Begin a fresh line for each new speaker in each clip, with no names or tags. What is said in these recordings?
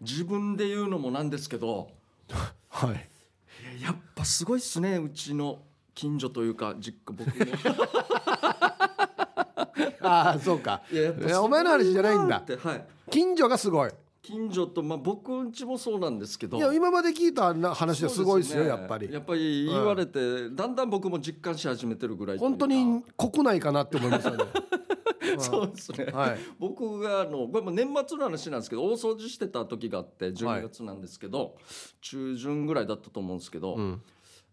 自分で言うのもなんですけど
はい。
いややっぱすごいっすねうちの近所というか実家僕 の
ああ、そうか。
いややっぱすごい
えお前の話じゃないんだ
ってはい
近所がすごい。
近所とまあ僕ん家もそうなんですけど
いや、今まで聞いた話はすごいですよ、
そう
やっぱり
や。っぱり言われて、だんだん僕も実感し始めてるぐらいというか
本当に国内かなって思 いますよね。
そうですね、
はい。
僕があのこれも年末の話なんですけど大掃除してた時があって
はい
12月なんですけど、中旬ぐらいだったと思うんですけど、
うん。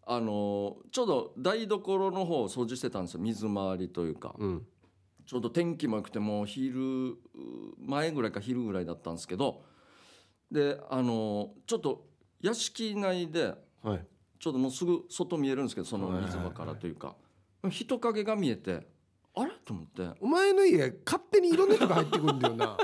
あのちょうど台所の方を掃除してたんですよ水回りというか、
うん。
ちょうど天気も良くてもう昼う前ぐらいか昼ぐらいだったんですけどであのちょっと屋敷内で
はい。
ちょっともうすぐ外見えるんですけどその
はいはいはい
水場からというか、人影が見えてあれと思って
お前の家、勝手にいろんな人が入ってくるんだ よな。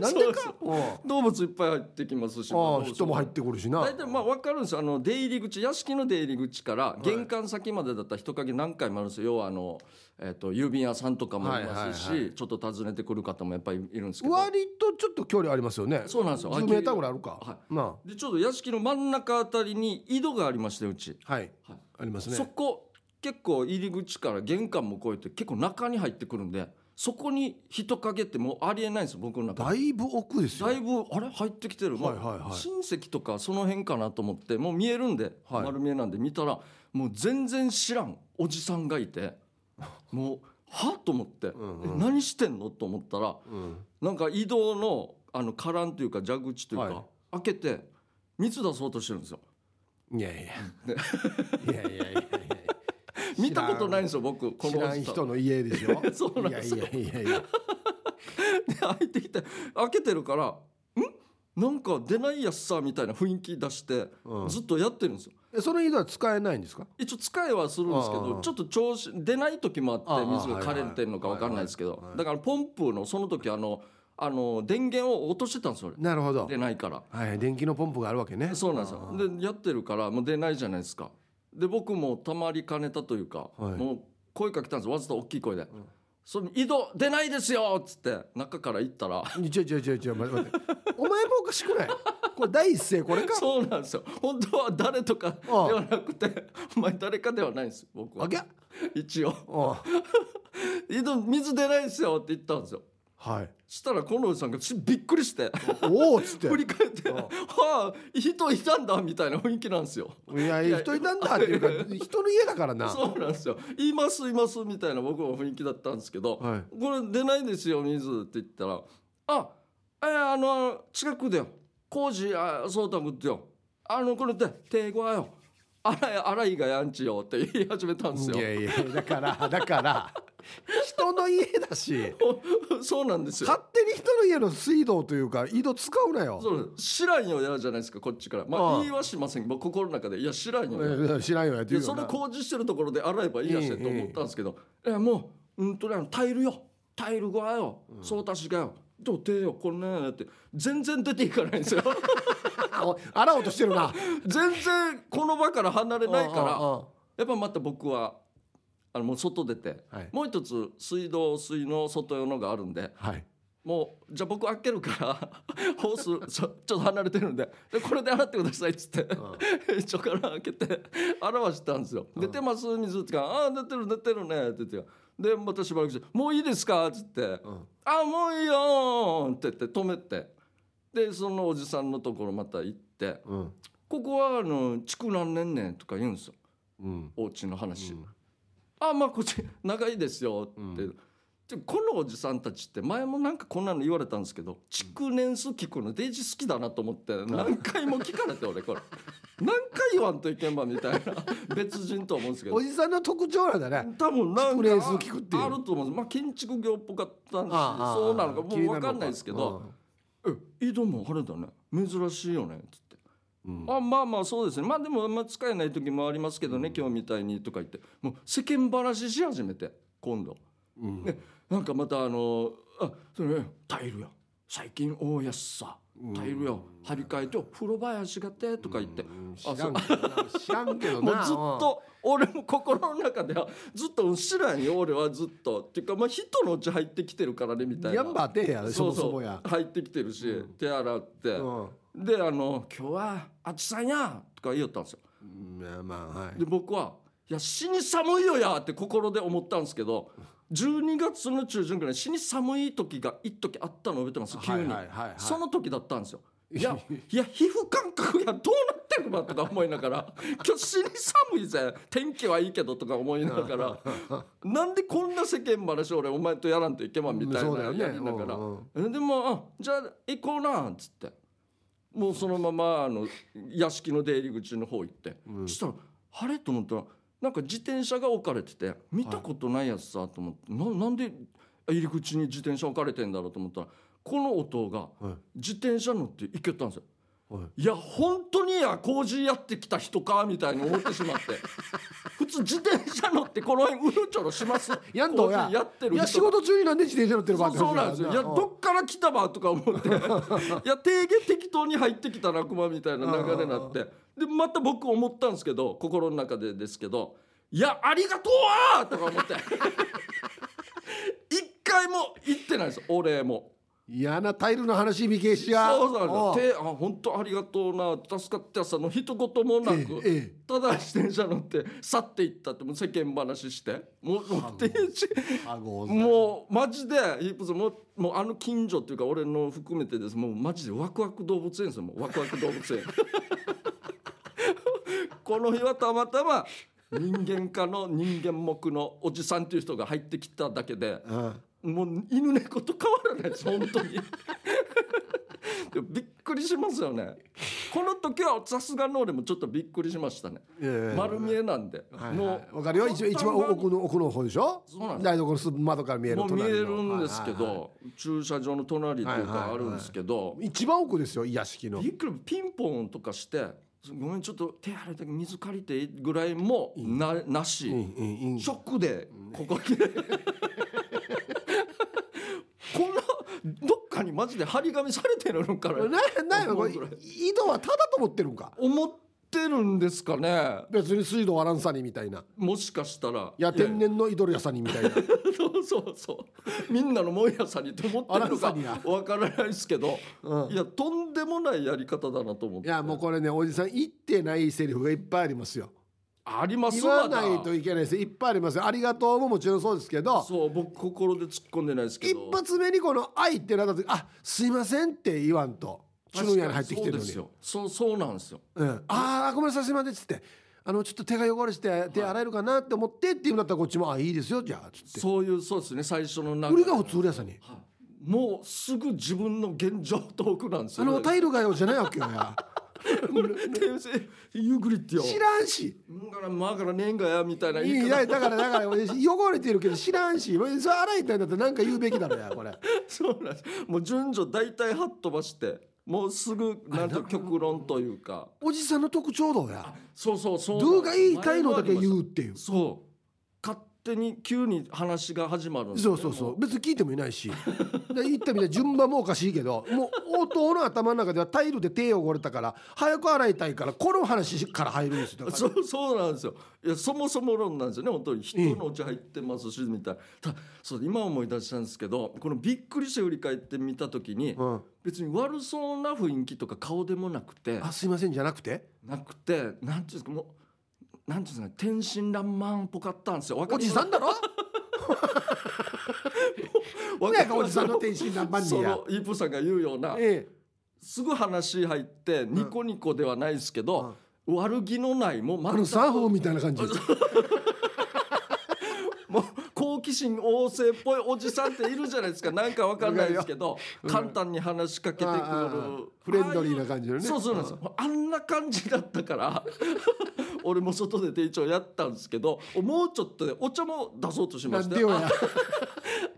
なんでか。うん
動物いっぱい入ってきますし
あ
ま
あ、
あ
人も入ってくるしな。
大体まあ分かるんですよあの出入り口屋敷の出入り口から
い
玄関先までだったら人影何回もあるんですよ要はあの、えっと郵便屋さんとかもいますし、
はいはいは
ちょっと訪ねてくる方もやっぱりいるんですけど
割とちょっと距離ありますよね。
そうなんですよ
10メーターぐらいあるか。
は
な
でちょうど屋敷の真ん中あたりに井戸がありましてうち、
あ。はい。
はい
あります
そ
ね。
こ結構入り口から玄関も越えて結構中に入ってくるんでそこに人影ってもうありえないんですよ僕の中で
だいぶ奥ですよ
だ。いぶあれ入ってきてる、もう
はいはいはい
親戚とかその辺かなと思ってもう見えるんで、
はい
丸見えなんで見たらもう全然知らんおじさんがい てもうはと思って、
んうん
え何してんのと思ったら
うん。
なんか移動のあのカランというか蛇口というか、
はい
開けて水出そうとしてるんですよ
いやいや。いやいやいやいや。
見たことないんですよ僕こ
知
のお
らん
じさん
人の家でしょ
そうなんですよ
いやいやいやいや
で開いてきて開けてるから「んなんか出ないやつさ」みたいな雰囲気出して、
うん
ずっとやってるんですよ
えその井戸は使えないんですか
一応使いはするんですけ
あ
ど
あ
ちょっと調子出ない時もあっ
ああ
て水が枯れてるのか分かんないですけ
はい
ど
はいはい
だからポンプのその時あのあの電源を落としてたんですよ俺
なるほど
出ないから
はい電気のポンプがあるわけね
そうなんです
あ
よでやってるからもう出ないじゃないですかで僕もたまりかねたというか、
はい
もう声かけたんですよわざと大きい声で「その井戸出ないですよ!」っつって中から行ったら
あちょいちょいちょいちょい待って待ってお前もおかしくないこれ第一声これか
そうなんですよ本当は誰とかで
ああ
はなくてお前誰かではないんです僕
あ
は
げゃ
一応
あ
井戸水出ないですよって言ったんですよ
はい
したらこのおじさんがしびっくりして
おおっつって
振り返って「
うん
はあ人いたんだ」みたいな雰囲気なんですよ。
いやいや人いたんだっていうか人の家だからな
そうなんですよ「いますいます」みたいな僕も雰囲気だったんですけど「
はい
これ出ないですよ水」って言ったら「あえあの近くだよ工事あそうたくってよあのこれって手ごわよ洗い洗いがやんちよ」って言い始めたんです
い
よ。
やいやだからだから人の家だし
そうなんですよ
勝手に人の家の水道というか井戸使うなよ
そう知らんよやじゃないですかこっちからまあ
ああ
言いはしません僕心の中で「いや知らんよや」
え知らんよやって
で
言う
そ
よ
の
な
工事してるところで洗えばいいやしと思ったんですけど、えもううんとねあのタイルよタイルがよそうたしがよどうてよこんなんやって全然出ていかないんですよ
あお洗おうとしてるな
全然この場から離れないから
うんうんうん
やっぱまた僕はあのもう外出て、
はい
もう一つ水道水の外用のがあるんで
はい
もうじゃあ僕開けるから ホースそちょっと離れてるんででこれで洗ってくださいっつって一応から開けて洗わしたんですよ「出てます水」って言うからああ出てる出てるね」って言ってでまたしばらくして「もういいですか?」っつって「
ん
ああもういいよ」って言って止めてでそのおじさんのところまた行って
うん
「ここはあの築何年ねん」とか言うんですよ
うん
お家の話。あまあこっち長いですよって、でこのおじさんたちって前もなんかこんなの言われたんですけど築年数聞くのデイジ好きだなと思って何回も聞かれて俺 これ何回言わんといけんばみたいな別人と思うんですけど
おじさんの特徴なんだね。
多分なんか
築年数聞くっていう
あると思うんです、まあ、建築業っぽかったし
ああああ
そうなのかもう
気にるの
分かんないですけど「え井戸もあれだね珍しいよね」っつって。
うんうん
あまあまあそうですねまあでもあんま使えない時もありますけどね、今日みたいにとか言ってもう世間話し始めて今度
うん
ねなんかまたあのあそれタイルや最近大安さ大量よ張り替えと風呂林がて」とか言って。
うん知らんけどな知らんけど
もう
な
ずっと俺も心の中ではずっと後ろに俺はずっとっていうかまあ人のうち入ってきてるからねみたいな
やんばてえやそ
そ
も
う
そ
そ
も
う
や
入ってきてるし、
うん
手洗って、
うん
であの「今日はあっちさんや」とか言おったんですよ
うんまあまあはい
で僕は「いや死に寒いよや」って心で思ったんですけど12月の中旬ぐらい死に寒い時が一時あったの覚えてます急に、
はいはいはいはい
その時だったんですよいやいや皮膚感覚やどうなってるかとか思いなが ら「今日死に寒いぜ天気はいいけど」とか思いながら「なんでこんな世間話俺お前とやらんといけまん」みたい
そう
な
だ
や
よね
りながら
うんうん
えでもあ「じゃあ行こうな」っつってもうそのままあの屋敷の出入り口の方行って、
うん
そしたら「あれ?」と思ったらなんか自転車が置かれてて見たことないやつさと思って、ななんで入り口に自転車置かれてんだろうと思ったらこの音が
はい
自転車乗って行けたんですよ。
はい
いや本当にや工事やってきた人かみたいに思ってしまって普通自転車乗ってこの辺うろちょろします
やんとや
工事やってる
いや仕事中になんで自転車乗ってる
そ
か
うそうなんですよいやどっから来たばとか思っていや定義適当に入ってきたな熊みたいな流れになってでまた僕思ったんですけど心の中でですけど「いやありがとうわ!」とか思って一回も言ってないですお礼も。
嫌なタイルの話見けしや
そうそう
お
手あ本当ありがとうな助かったやつの一言もな
えええ
く
え
ただ自転車乗って去っていったってもう世間話してもうもう定時
あござい
もうマジでヒップスもうもうあの近所っていうか俺の含めてですもうマジでワクワク動物園ですよもうワクワク動物園この日はたまたま人間科の人間目のおじさんっていう人が入ってきただけで
うん
もう犬猫と変わらないです本当にでもびっくりしますよねこの時はさすがの俺もちょっとびっくりしましたね、
ええ
丸見えなんで、
はい
の
はいわかるよ一番一番奥の奥の方でしょ
そうなんです
台所す窓から見える
もう見え
隣の
るんですけ
はいはいは
ど駐車場の隣という
はいはい
か
はい
あるんですけど
い一番奥ですよ屋敷の
びっくりピンポンとかして「ごめんちょっと手洗いたけ水借りていい?」ぐらいもななし
うんうんうん
ショックでこ こ来てこんなどっかにマジで張り紙されてるのかな
ななんやこれ
思うぐらい
井戸はただと思ってるんか
思ってるんですかね
別に水道アランサニみたいな
もしかしたら
いや天然の井戸屋さんにみたい な
そうそうそうみんなのもんやさにって思ってるの
あらさ
か
にや
わからないですけど、
うん
いやとんでもないやり方だなと思っ
い
てい
やもうこれねおじさん言ってないセリフがいっぱいありますよ
あります
言
わ
わ
な
ないといけないですいっぱいありますよありがとうももちろんそうですけど
そう僕心で突っ込んでないですけ
一
ど
発目にこの「愛」ってなった時「あすいません」って言わんとチュルンヤに入ってきてる
そう
の
で
に
すよそうそうなんですよ
うん、ああごめんなさいすいませんっつってあのちょっと手が汚れして手洗えるかなって思ってって言うんだったらこっちも「あいいですよじゃあ」っつって
そういうそうですね最初の流れ
俺が普通のやさに
はいもうすぐ自分の現状トークなんです
あ
よ
のタイルがよじゃないわけよ や
天性ゆっくりってよ
知らんし
うんがらまからねんがやみたいない言い方
やいやだからだから俺汚れてるけど知らんしそれ洗いたいんだったら何か言うべきだろやこれ
そうなんです。もう順序大体はっ飛ばして、もうすぐなんと極論というか。
おじさんの特徴どうや
そうそうそう。
どうが言いたいのだけ言
う。
うっていう
そう。勝手に急に話が始まるんですね
そうそうそう。別に聞いてもいないしで言ったみたいに順番もおかしいけどもう音の頭の中ではタイルで手汚れたから早く洗いたいからこの話から入るんですよだ
もうそ
から
うそうなんですよいやそもそも論なんですよね本当に人のうち入ってますしみたいな、たそう今思い出したんですけどこのびっくりして振り返ってみた時に、
うん、
別に悪そうな雰囲気とか顔でもなくて
あすいませんじゃなくて
なくてなんていうんですかもうなんていうんですかね天真爛漫っぽかったんですよわか
お
りま
じ
す
さんだろ
若
なんかおじさんの天真爛漫に
そ
や
のイープさんが言うような
ええ
すぐ話入ってニコニコではないですけど、悪気のないもう
あ
全
の
く
サーフォーみたいな感じ
もう好奇心旺盛っぽいおじさんっているじゃないですかなんかわかんないですけど簡単に話しかけてくる
あああフレンドリーな感じのね
ああいうそうそうなんですよあんな感じだったから 俺も外で店長やったんですけどもうちょっとでお茶も出そうとしま
な
し
ん
て
でよや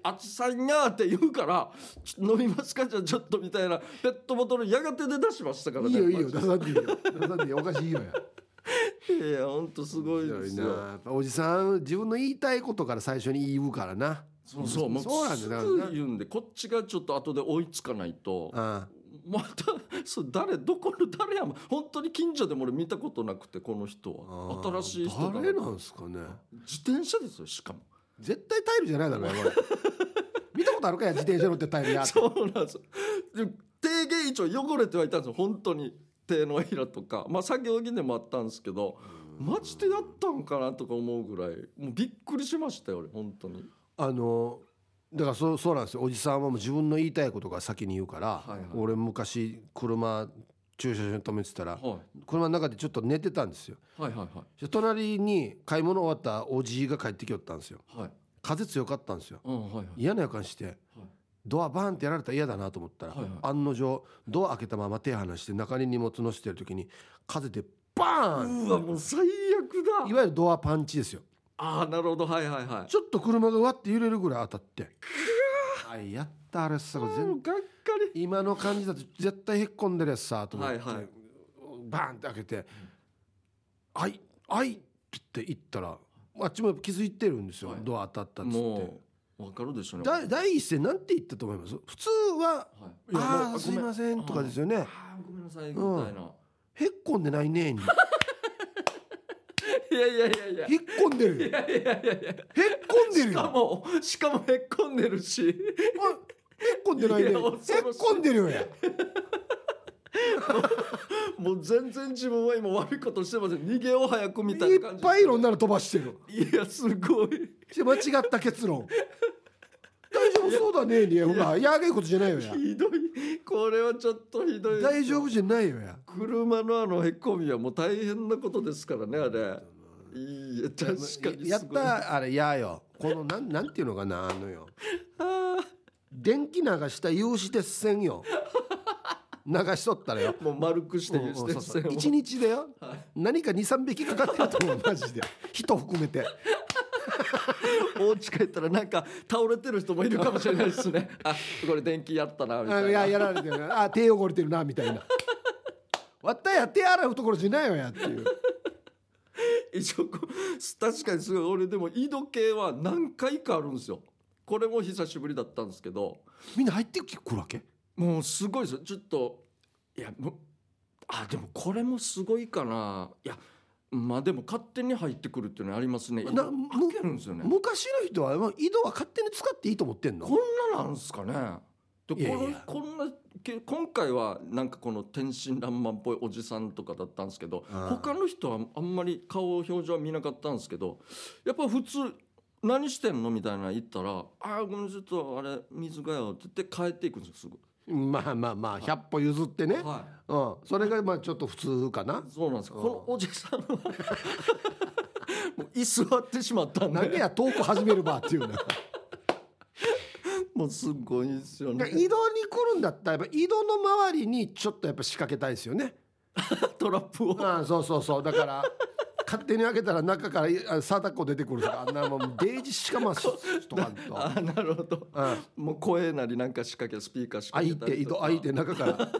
あっちさんやーって言うから「ちょっと飲みますかじゃあちょっと」みたいなペットボトルやがてで出しましたからね
いいよいいよ
マ
出さんでいいよ出さんでいいよおかしいよや
ジでいやほんとすごいですよ
やっぱおじさん自分の言いたいことから最初に言うからな
そうそうもう
そうなんだ
す
よ
ぐ言うんでこっちがちょっと後で追いつかないと
あ
また そう誰どこの誰やも本当に近所でも俺見たことなくてこの人は新しい人だな
誰なんですかね
自転車ですよしかも
絶対タイルじゃないだろ うねこれ見たことあるかや自転車乗ってタイルやって
そうなんですでも低減以上汚れてはいたんですよ本当に手のひらとかまあ作業着でもあったんですけどマジでやったんかなとか思うぐらいもうびっくりしましたよ俺本当に
あのだからそうそうなんですよおじさんはもう自分の言いたいことが先に言うから、
いはい
俺昔車駐車場に止めてたら
は
車の中でちょっと寝てたんですよ
いはいはい
で隣に買い物終わったおじいが帰ってきよったんですよ
はいはい
風強かったんですよ
うんはいはい
嫌な予感してドアバーンってやられたら嫌だなと思ったら、
はいはい
案の定ドア開けたまま手離して中に荷物乗せてる時に風でバーン
うわもう最悪
い
だ
わゆるドアパンチですよ
ああなるほどはいはいはい
ちょっと車がわって揺れるぐらい当たってあやったあれさこれ全
もうがっか
今の感じだと絶対へっこんでるやつさと思って、
はいはい
バーンって開けて「あいあい」って言って行ったらあっちも気づいてるんですよ、
はい
ドア当たった
り
っつって
もうわかるでしょうね
だ第一声なんて言ったと思います普通は
はい
「
いやもう
ああすいません」とかですよ
あ
ね
あごめんなさいみた
うん
いな
「へっこんでな いね」に
いやいやい やいや
へっこんでるよへっこんでる
しか
よ
もしかもへっこんでるし
あへっこんでないね
い
へ
や恐ろしい
っこんでるよや
もう全然自分は今悪いことしてません逃げよう早くみたい
い
な感
っ
じ
ぱいいろんなの飛ばしてる
いやすごい
で間違った結論大丈夫そうだねにほらやげいことじゃないよや
ひどいこれはちょっとひどい
大丈夫じゃないよや
車のあのへこみはもう大変なことですからねあれいや確かに
や
す
っ
ごいあ
たあれやよこのなんなんていうのかなあのよ
ー
電気流した有刺鉄線よ流しとったらよ
もう丸くして
うんうんそうそう
して
一日でよ
はい
何か23匹かかってると 思うマジで人含めて
お家帰ったらなんか倒れてる人もいるかもしれないですね あこれ電気やったなみ
あ
た
の
い
や
な
やられてるなあ手汚れてるなみたいなわったや手洗うところじゃないよやっていう
一応こう確かにすごい俺でも緯度計は何回かあるんですよこれも久しぶりだったんですけど
みんな入ってくるわけ
もうすごいですよちょっといやもうあでもこれもすごいかないやまあでも勝手に入ってくるっていうのありますね
な
開
む
けるんですよね
昔の人はまあ井戸は勝手に使っていいと思ってんの
こんななんですかねで
いやいや
このこんなけ今回はなんかこの天真爛漫っぽいおじさんとかだったんですけど
ああ
他の人はあんまり顔表情は見なかったんですけどやっぱ普通「何してんの?」みたいなの言ったら「ああごめんちょっとあれ水がよ」って言って帰っていくんですよすぐ。
まあまあまあ100歩譲ってね、
はい
うん、それがまあちょっと普通か な
そうなんです
うん
このおじさんは もう居座ってしまったん
何
で
や遠く始めるばって いうな
もうすごいですよね
井戸に来るんだったらやっぱ井戸の周りにちょっとやっぱ仕掛けたいですよね
トラップを
ああそうそうそうだから 勝手に開けたら中からあ貞子出てくるとかあんなもんデイジしかましとかんと。
あーなるほど
うん
もう声なりなんか仕掛けスピーカー仕
開
掛
い
けたり
て井
と
戸
か
開いて中から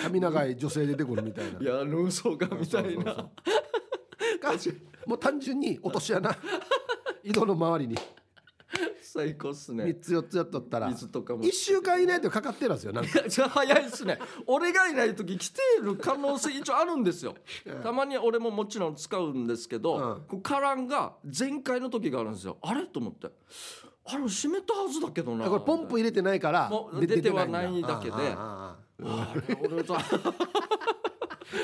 髪長い女性出てくるみたいない
や論争がみたい
そうそ
な
うそうかもう単純に落とし穴井戸の周りに
最高っすね
3つ4つやっとったら
水とかも
1週間以内とかかってるんですよなんか
いやじゃあ早いですね俺がいない時来てる可能性一応あるんですよたまに俺ももちろん使うんですけ
うん
ど、こうカランが全開の時があるんですよあれと思ってあれ閉めたはずだけどな
これポンプ入れてないから
もう
で
出ては
ん
ないだけで
あああ
あれ俺と
あ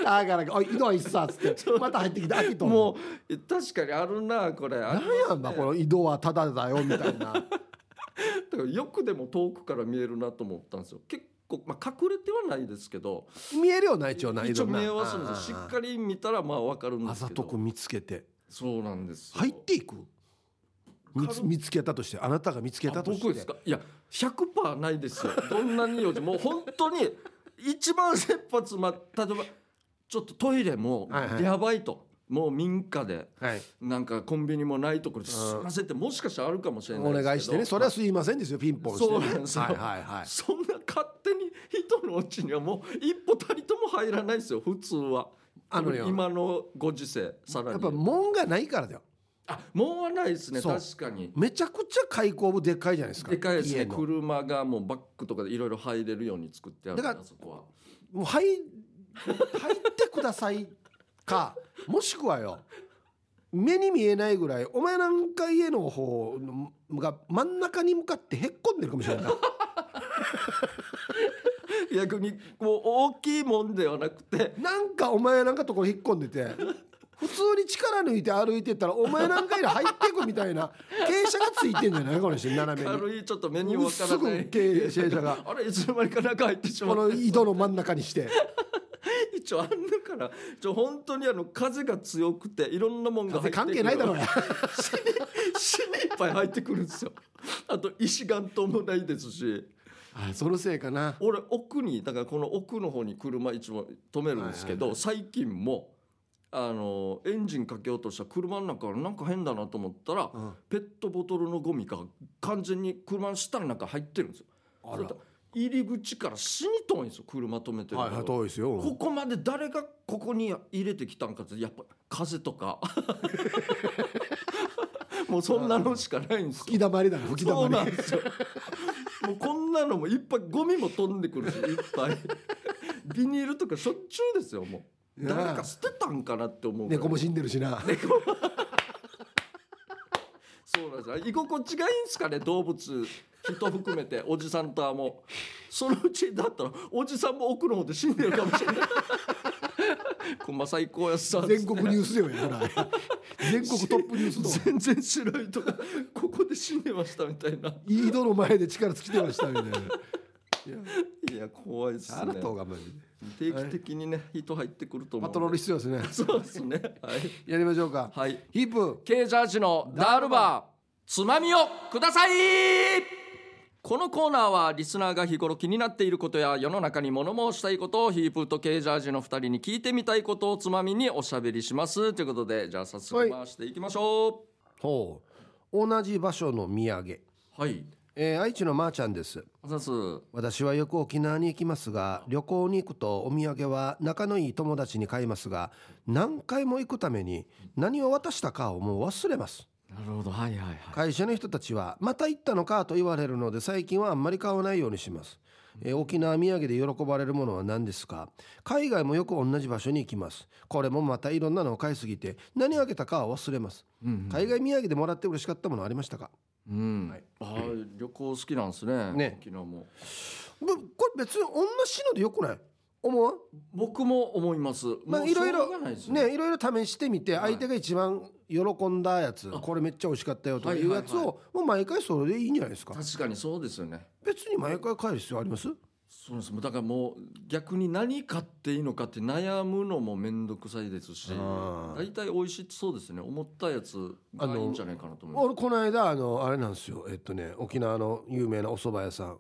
ああだからおい井戸は一冊 ってまた入ってきた秋と
もう確かにあるなこれ
なんやんだこの井戸はただだよみたいな
だからよくでも遠くから見えるなと思ったんですよ結構、まあ、隠れてはないですけど
見えるよな一応な井
一
戸
応
な
目合わせるんですよ
あ
し
あ
っかり見たらまあ分かるん
あ
です
ざ
け
とく
ど
見つけて
そうなんですよ
入っていく見つ見つけたとしてあなたが見つけたとして
僕ですかいや100%ないですよどんなに用事もう本当に一番切羽詰まっ例えばちょっとトイレも
はいはい
やばいと、もう民家で
はい
なんかコンビニもないところですいませんってもしかしたらあるかもしれない
お
ですけど
願いしてねそれはすいませんですよピンポンしてね
そうなんですよ
はいはいはい
そんな勝手に人のうちにはもう一歩たりとも入らないですよ普通は
あのね
今のご時世さらに
やっぱ門がないからだよ
あもうはないですね
そう
確かに
めちゃくちゃ開口部でっかいじゃないですか
でかいです
家
ね
の
車がもうバックとかでいろいろ入れるように作ってあるんだ
だから
そこは
もう入入ってくださいかもしくはよ目に見えないぐらいお前なんか家の方が真ん中に向かってへっこんでるかもしれないから
逆にこう大きいもんではなくて
なんかお前なんかところ引っ込んでて普通に力抜いて歩いてったらお前なんかより入ってくみたいな傾斜がついてんじゃないこの人斜めに。
軽いちょっと目に
う
分
っ
から
すぐ
ない
傾斜が
あれいつの間にか中入ってしま
こ
っ
の
た
井戸の真ん中にして
一応あんだからちょ本当にあの風が強くていろんなもんが入ってく
関
る
係ないだろうや
死に死にいっぱい入ってくるんですよ あと石がんともないですし
あそのせいかな
俺奥にだからこの奥の方に車一応止めるんですけど、
はい
最近もあのエンジンかけようとした車の中なんか変だなと思ったら、
うん
ペットボトルのゴミが完全に車の下の中入ってるんですよ。
あ
それと入り口から死に遠いんですよ車止めてる
はい
けど
はい遠いですよ
ここまで誰がここに入れてきたんかってやっぱ風とか もうそんなのしかないんですよ
吹き溜まりだな吹き溜ま
そう
り
なんですよ。もうこんなのもいっぱいゴミも飛んでくるしいっぱいビニールとかしょっちゅうですよもう
いやー
誰か捨てたんかなって思うぐらい
猫も死んでるし な
そうなんですよ居心地がいいんですかね動物人含めておじさんとはもうそのうちだったらおじさんも奥の方で死んでるかもしれないこんま最高やっさ
全国ニュースでもやらない全国トップニュースの
全然白いとかここで死んでましたみたいな
井戸の前で力尽きてましたみたいない
いや怖いです
やあな
ね
たがマジで
定期的にね人入ってくると思う
パ
んで
トロール必要ですね
そうですね。はい。
やりましょうか、
はい。
ヒープ
ケージャージのダールバー、つまみをくださいこのコーナーはリスナーが日頃気になっていることや世の中に物申したいことをヒープーとケージャージの2人に聞いてみたいことをつまみにおしゃべりしますということでじゃあ早
は
速
い
回していきましょ
ほう同じ場所の土産、
うはい
えー愛知のまーちゃんです
あざす
私はよく沖縄に行きますが旅行に行くとお土産は仲のいい友達に買いますが何回も行くために何を渡したかをもう忘れます
なるほどはいはいはい
会社の人たちは「また行ったのか」と言われるので最近はあんまり買わないようにします、えー沖縄土産で喜ばれるものは何ですか海外もよく同じ場所に行きますこれもまたいろんなのを買いすぎて何あげたかは忘れます
うん
海外土産でもらって嬉しかったものありましたか
うん、
はい
あー旅行好きなんですね
ね
沖縄も
ぶこれ別に同じのでよくない思わん
僕も思います
まあ
もう
いろいろ
しょうがないです
ねいろいろ試してみて
はい
相手が一番喜んだやつ
あ
これめっちゃ美味しかったよとかいうやつ
はいはい
をもう毎回それでいいんじゃないですか
確かにそうですよね
別に毎回買える必要あります
そうですもうだからもう逆に何買っていいのかって悩むのも面倒くさいですし
あー
大体美味しそうですね思ったやつがいいんじゃないかなと思います
俺この間あのあれなんですよえっとね沖縄の有名なお蕎麦屋さん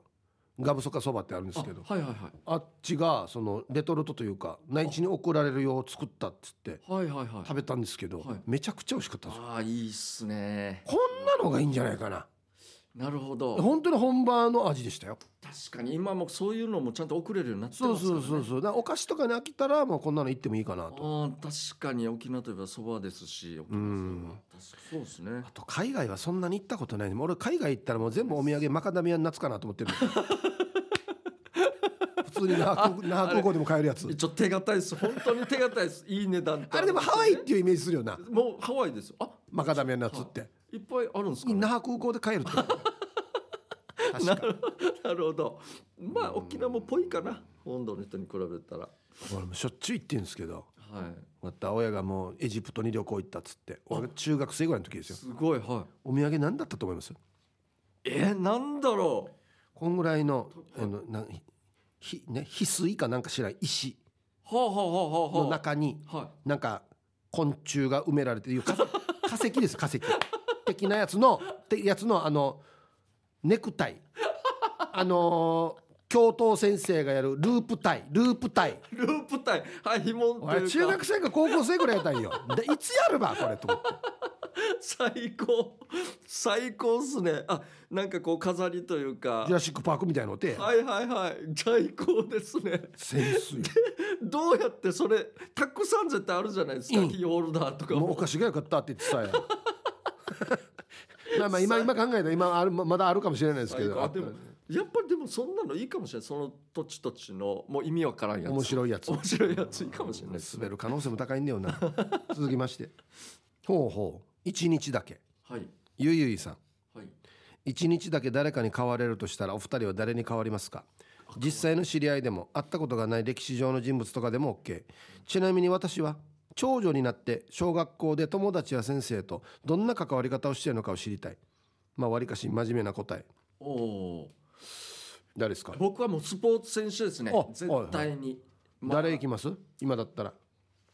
ガブソカそばってあるんですけど
あはいはいは
あっちがそのレトルトというか内地に送られるよう作ったっつって
いはいはいはい
食べたんですけど、
はい
めちゃくちゃ美味しかったんですよ
ああいいっすね
こんなのがいいんじゃないかな
なるほど
本当に本場の味でしたよ
確かに今もそういうのもちゃんと送れるようになってますか
そ
ら、
う
ね、
そうそうそうだからお菓子とかに飽きたらもうこんなの行ってもいいかなと
あー確かに沖縄といえばそばですし沖縄そばは確かそうですね
あと海外はそんなに行ったことないねもう俺海外行ったらもう全部お土産マカダミアのナッツかなと思って る普通に那覇空那覇空港でも買えるやつ
ちょっと手堅いです本当に手堅いですいい値段帯
あれでもハワイっていうイメージするよな
もうハワイですよあ
マカダミアナッツって
いっぱいあるんですか、ね、
那覇空港で買えるってこと確か
なるほど。まあ沖縄もぽいかな。本土の人に比べたら。
俺もしょっちゅう行ってるんですけど
は
また親がもうエジプトに旅行行ったっつって俺が中学生ぐらいの時です
い。
よ
すごいはい。
お土産何だったと思います
えー、なんだろ
こんぐらいのあのなひ、ね、翡翠かなんか知らん石
う。はあ、はあはあはあ
の
は
中に
あ。は
なんか昆虫が埋められてる化 石化石です化石的なやつのてやつのあのネク タイあのー教頭先生がやるループタイループタイ
い。ループ隊はい紐という
俺
か。
中学生か高校生ぐらいやったんよでいつやるばこれと思って
最高最高っすね。あなんかこう飾りというか
ジュ。ラシック・パークみたいのって
はいはいはい最高ですね。
センス
どうやってそれたくさん絶対あるじゃないですか。キーホルダーとか
よもうお
も。
菓子がよかったって言ってたよまあまあ今今考えたら今あるままだあるかもしれないですけ
最高
ど
あでもやっぱりでもそんなのいいかもしれないその土地土地のもう意味わからんやつ
面白いやつ
面白いやついいかもしれないです
滑る可能性も高いんだよな続きましてほうほう1日だけ
はい
ゆいゆいさん
はい
1日だけ誰かに変われるとしたらお二人は誰に変わりますか実際の知り合いでも会ったことがない歴史上の人物とかでも OK ちなみに私は長女になって小学校で友達や先生とどんな関わり方をしているのかを知りたいまあわりかし真面目な答え
おお
誰ですか
僕はもうスポーツ選手ですね
あ
絶対に、まあ
誰行きます今だったら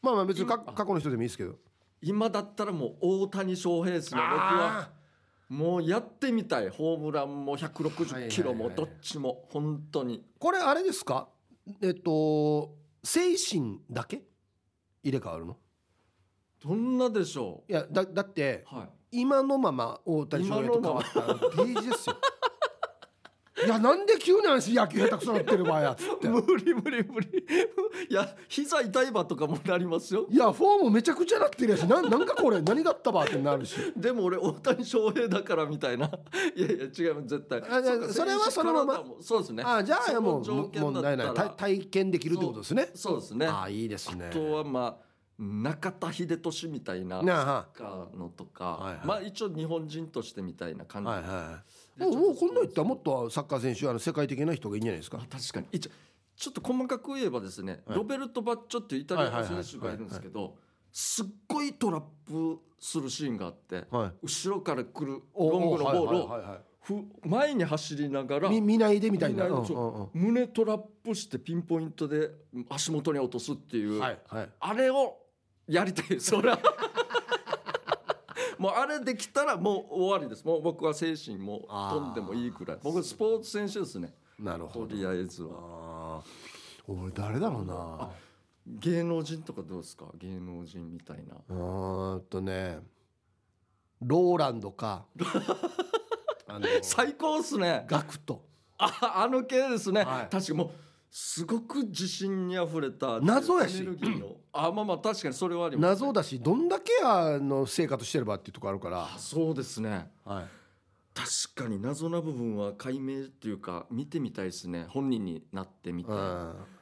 まあまあ別にか
今
過去の人でもいいですけど
今だったらもう大谷翔平ですね僕はもうやってみたいホームランも160キロも
はいはいはい
どっちも本当に
これあれですかえっと精神だけ入れ替わるの
どんなでしょ
いやだだって
うはい
今のまま大谷翔平と変わったらゲージですよ いやなんで急に話野球下手くそなってるわやっつ って
無理無理無理 いや膝痛いばとかもなりますよ
いやフォームめちゃくちゃなってるやしなんなんかこれ何だったばってなるし
でも俺大谷翔平だからみたいない やいや違う絶対
あじゃあ
うか
それはそのまま
選手からだもんそうですね
あじゃあもう
その条件
問題
だ
ない
った
体
ら
体験できるってことですね
そうですね
あ
あ
あいいですね
とはまあ中田英寿みたいな
なあは
サッカーのとか、
はいはい
まあ一応日本人としてみたいな感じ、
はいはいもうもうこんなん言ったらもっとサッカー選手あの世界的な人がいいんじゃないですか
あ確かに一応ちょっと細かく言えばですね、ロベルト・バッチョっていうイタリア
はいはいは
の
い
選手がいるんですけど、すっごいトラップするシーンがあって、
はい
後ろから来る
お
ロングのボール
はい
を
はいはい
ふ前に走りながら
み見ないでみたいな
見ないで
うんうんうん
胸トラップしてピンポイントで足元に落とすっていう、
はいはい
あれをやりたい それはもうあれできたらもう終わりですもう僕は精神も飛んでもいいくらい僕スポーツ選手ですね
なるほ
と
ど
りあえずは
あー俺誰だろうな
芸能人とかどうですか芸能人みたいな
うーんとねローランド かあの
最高っすね
ガクト
ああの系ですね、
はい
確かもうすごく自信にあふれた
謎やし
エネルギーのあまあまあ確かにそれはあります
謎だしどんだけあの生活してればっていうとこあるから
あ、そうですね
はい、
確かに謎な部分は解明っていうか見てみたいですね本人になってみて、
うん、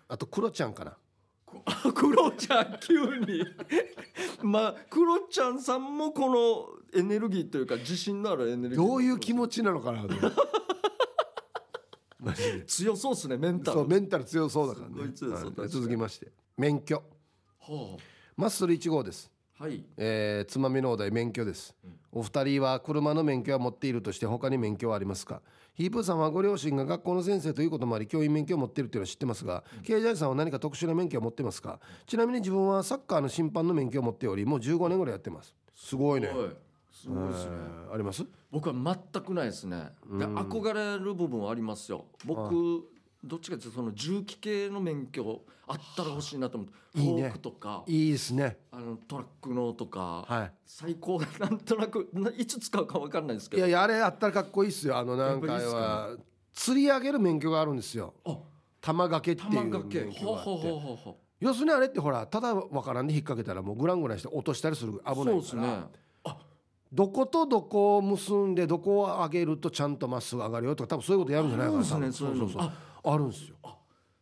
あとクロちゃんかな
クロちゃん急に まあクロちゃんさんもこのエネルギーというか自信のあるエネルギー
どういう気持ちなのかなとマジで
強そうですねメンタル
そうメンタル強そうだから
すご
ね
い強そう
はい続きまして免許
は
マッスル1号です
あはい
えーつまみのお題免許です、お二人は車の免許は持っているとして他に免許はありますかヒープーさんはご両親が学校の先生ということもあり教員免許を持っているというのは知ってますが、経済さんは何か特殊な免許を持ってますかちなみに自分はサッカーの審判の免許を持っておりもう15年ぐらいやってますすごいね
おいすごいですね
えーあります
僕は全くないですねで憧れる部分はありますよ僕どっちかというとその重機系の免許あったら欲しいなと思ってフ
いいね
ォークとか
いいですね
あのトラックのとか、
はい
最高がなんとなくないつ使うか分かんないですけ
い
ど
やいやあれあったらかっこいいっすよあのなんか
やっぱいいっすか
は釣り上げる免許があるんですよ
あ
玉掛けっていう
玉
免
掛け
許
ほう
があ
ほう
って
ほうほうほ
要するにあれってほらただわからんで引っ掛けたらもうグラングランして落としたりする危ないか
う
ら
そうですね
どことどこを結んでどこを上げるとちゃんとまっすぐ上がるよとか多分そういうことやるんじゃないか
あ
な
るんですね
多分
そう
そ
いううの
そうそうあるんですよ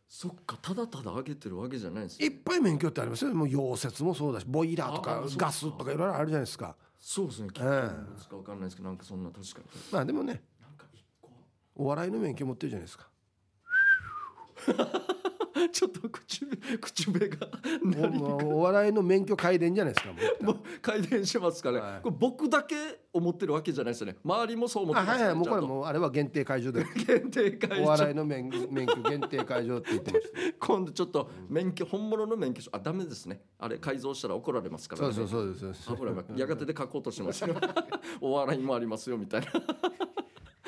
そっかただただ上げてるわけじゃないんですね
いっぱい免許ってありますよもう溶接もそうだしボイラーと
あ
か
あそう
ガスとかいろいろあるじゃないですか
そうですね聞く
うん
いつか分かんないですけどなんかそんな確かに
まあでもね
なんか一個
お笑いの免許持ってるじゃないですか
ちょっと口べ口べがなり
おお笑いの免許改伝じゃないですかも う
もう改善してますからね、
はい
これ僕だけ思ってるわけじゃないですよね周りもそう思って
あ
ま
は
すよ
い
ね
はいもうこれ
ちゃんと
もうあれは限定 会場で
限定会
お
場
笑いの免免許限定会場って言ってました
今度ちょっと免許本物の免許証あダメですねあれ改造したら怒られますから、
そ
ね、
うそうそうですそうです
あほらやがてで書こうとしてます よお笑いもありますよみたいな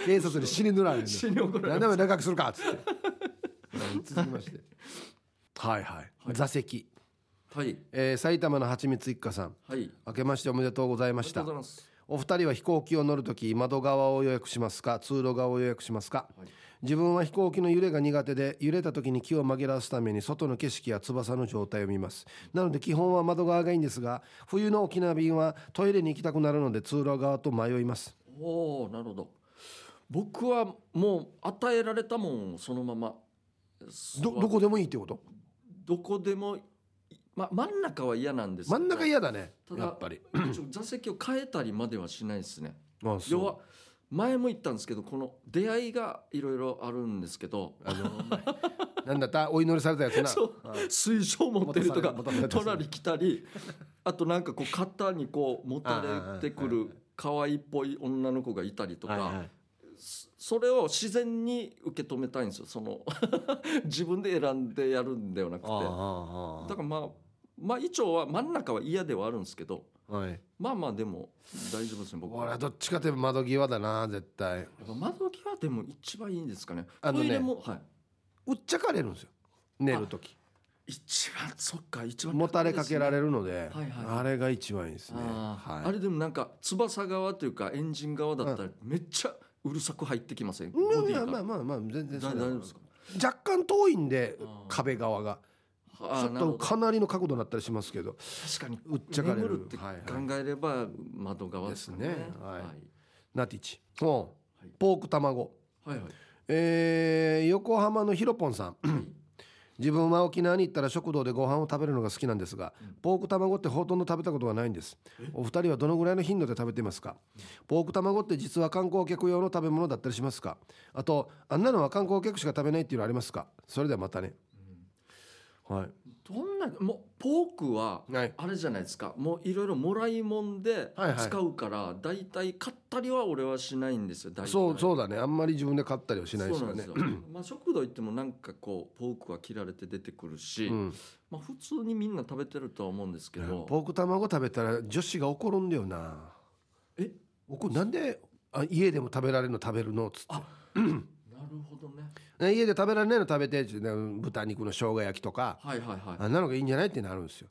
警察に死に塗られる
死に怒られ
何でも長くするかっつって続きましてはいはい、座席、
はい
えー埼玉のはちみつ一家さん
はい
明けましておめでとうございま
あり
し
がと
た
うございます
お二人は飛行機を乗るとき窓側を予約しますか通路側を予約しますか、
はい
自分は飛行機の揺れが苦手で揺れた時に気を紛らわすために外の景色や翼の状態を見ますなので基本は窓側がいいんですが冬の沖縄便はトイレに行きたくなるので通路側と迷います
おおなるほど僕はもう与えられたもんをそのまま
どどこでもいいってこと
どこでもま真ん中は嫌なんですけ
真
ど
ん中嫌だね
ただ
やっぱり
ちょ座席を変えたりまではしないですね
あ
要は前も言ったんですけどこの出会いがいろいろあるんですけど
あのお前なんだったお 祈りされたやつな
そう
あ
水晶持ってるとか
持たされ持たされてますね
隣来たりあとなんかこう肩にこう持たれてく
あああああ
る可愛いっぽい女の子がいたりとか、
はいはい
そそれを自然に受け止めたいんですよその 自分で選んでやるんではなくて
ああ
だ
ああ
からまあまあ一応は真ん中は嫌ではあるんですけど
はい
まあまあでも大丈夫ですね僕は
俺はどっちかといえば窓際だな絶対
やっぱ窓際でも一番いいんですかね
あのね
トイレもは
うっちゃかれるんですよ寝る時
い一番そっか一番
もたれかけら
る
れるので、
はいはい
あれが一番いいですね。
あ,、
はい、
あれでもなんか翼側というかエンジン側だったらめっちゃうるさく入ってきません、ボ
うん
デ
い
ィ
や
が、
まあまあまあ全然
だ大丈夫ですか
か若干遠いんで
あー
壁側が
あ
ち
ー
ょっ
なるほ
と
ど
かなりの角度になったりしますけど
確かに
うっちゃかれる
眠るって考
はいはい
えれば窓側ですかね
ですねはい
はい
ナティチおう
はい
ポーク卵、
はいはい。
えー横浜のひろぽんさ ん自分は沖縄に行ったら食堂でご飯を食べるのが好きなんですが、ポーク卵ってほとんど食べたことがないんですお二人はどのぐらいの頻度で食べていますかポーク卵って実は観光客用の食べ物だったりしますかあとあんなのは観光客しか食べないっていうのありますかそれではまたね、は、
どんなもうポークはい
はい、
あれじゃないですかもういろいろもらいもんで
はいはい
使うから大体買ったりは俺はしないんですよ大体
そう
う
そうだねあんまり自分で買ったりはしないで
そう
す
な
よ
んで
ね
すよまあ食堂行ってもなんかこうポークは切られて出てくる し、
うん
まあ普通にみんな食べてるとは思うんですけど
ポーク卵食べたら女子が怒るんだよな
え
怒るなんであ家でも食べられるの食べるのっつって
あなるほどね
ね家で食べられないの食べてって言ってね豚肉の生姜焼きとか
はいはいはい
あんなのがいいんじゃないってなるんですよ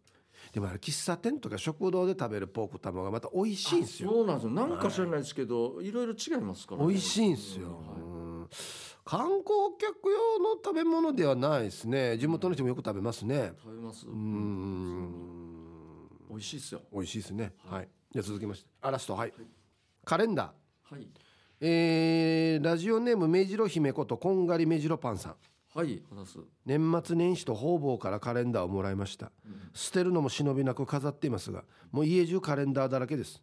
でもあれ喫茶店とか食堂で食べるポーク卵がまた美味しいんですよ
そうなんですよなんか知らないですけど、い、ろいろ違いますから、
美味しいんですよ、
は
うん観光客用の食べ物ではないですね地元の人もよく食べますね
い食べます
うーん
美味しいですよ
美味しいですね
はい
はいじゃあ続きましてあラストはいカレンダー
はい
えーラジオネーム目白姫ことこんがり目白パンさん
はい話す、
年末年始と方々からカレンダーをもらいました捨てるのも忍びなく飾っていますがもう家中カレンダーだらけです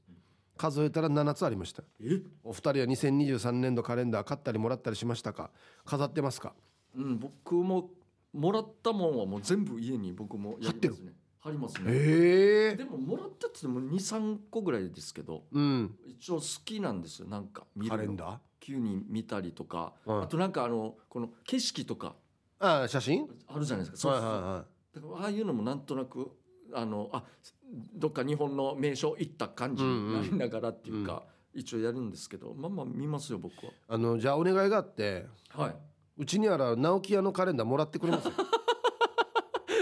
数えたら7つありました
え
お二人は2023年度カレンダー買ったりもらったりしましたか飾ってますか
うん、僕ももらったもんはもう全部家に僕もやりますね。貼りますね。
え
でももらったっても二三個ぐらいですけど、
うん
一応好きなんですよ。なんか見るの
カレンダー
急に見たりとか、
うん
あとなんかあのこの景色とか
ああ写真
あるじゃないですか。そうそう
は
だからああいうのもなんとなくあのあどっか日本の名所行った感じになりながらっていうか、一応やるんですけど、まあまあ見ますよ僕
いはいあのじゃあお願いがあって
は。はい。
うちにある直木屋のカレンダーもらってくれます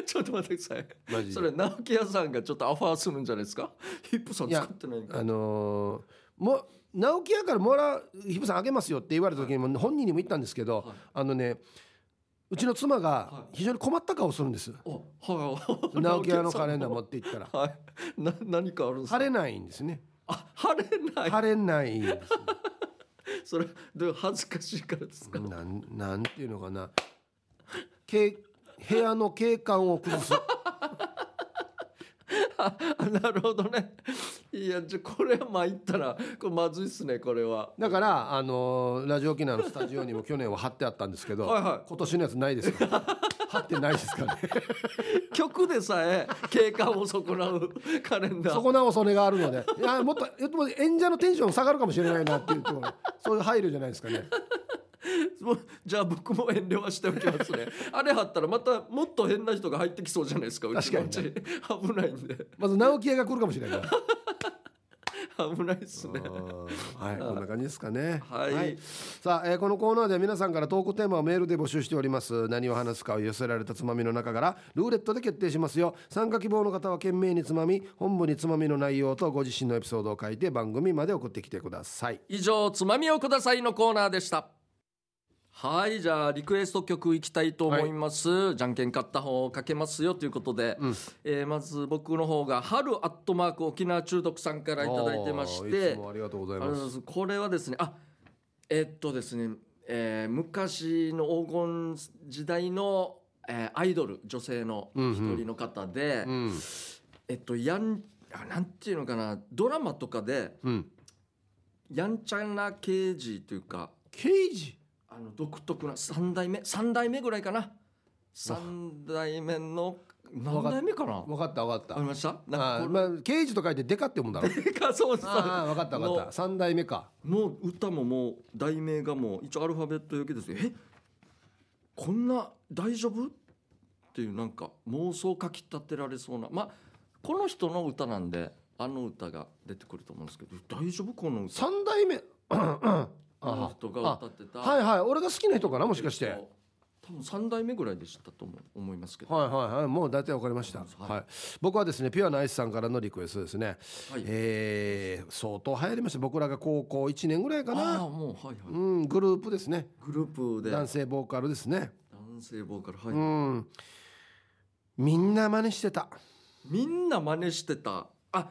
ちょっと待ってください。
マジ
そ
で
れ直木屋さんがちょっとアファーするんじゃないですかヒップさん作ってないんか
あのーも直木屋からもらうひぶさんあげますよって言われた時にも本人にも言ったんですけど、
はい
あのねうちの妻が
はい
非常に困った顔をする んです、
おはい
直木屋のカレンダー持って行っ たら
はいな何かあるんですか
晴れないんですね
あ晴れない
晴れないんですね
それで恥ずかしいからですか、
なんなんていうのかなけ部屋の景観を崩す
あなるほどねいやじゃあこれは参ったらこれまずいっすねこれは
だからあのーラジオ沖縄のスタジオにも去年は貼ってあったんですけど
はいは
今年のやつないですから 貼ってないですからね
い曲でさえ景観を損なうカレンダー
そこなおそれがあるので、いやもっとえっと演者のテンション下がるかもしれないなっていうところ、そういう配慮じゃないですかね。
もうじゃあ僕も遠慮はしておきますね あれ貼ったらまたもっと変な人が入ってきそうじゃないですかうちのうち、
確
危ないんで
まず直樹屋が来るかもしれないから。
危ないっすね
はい、こんな感じですかね。
はい
さあ、えーこのコーナーでは皆さんからトークテーマをメールで募集しております。何を話すかを寄せられたつまみの中からルーレットで決定しますよ。参加希望の方は懸命につまみ、本部につまみの内容とご自身のエピソードを書いて番組まで送ってきてください。
以上つまみをくださいのコーナーでしたはいじゃあリクエスト曲いきたいと思います、じゃんけん勝った方をかけますよということで、
うん
えーまず僕の方が「春アットマーク沖縄中毒」さんからいただいてまし
あーい
て
つもありがとうござい
ありがとう
ま
ございますすこれはですねあえっとですね、えー昔の黄金時代の、えーアイドル女性の
うんうん
一人の方で、
うん
えっとやんあなんていうのかなドラマとかで
うん
やんちゃな刑事というか
刑事
あの独特な三代目三代目ぐらいかな三代目の何代目かな
分かった分か
あり
っ
ました
たあ
な
ー
んか
まあ刑事と書いてデカって読むんだろ
これか そうそう
ああ分かった分かった三代目か
もう歌ももう題名がもう一応アルファベット表記ですけどえこんな大丈夫っていうなんか妄想かき立てられそうなまあこの人の歌なんであの歌が出てくると思うんですけど大丈夫この歌
三代目あ
あの人が歌ってた
あはいはい俺が好きな人かなもしかして、
えっと多分3代目ぐらいでしたと思う思いますけど、
はいはいはいもう大体わかりました、
は
はいい僕はですねピュアなアイスさんからのリクエストですね、
はい
えー相当流行りました僕らが高校1年ぐらいか
ああ
な
もうはいはい、
うんグループですね
グループで
男性ボーカルですね、
男性ボーカルはい、
うんみんな真似してた
みんな真似してたあ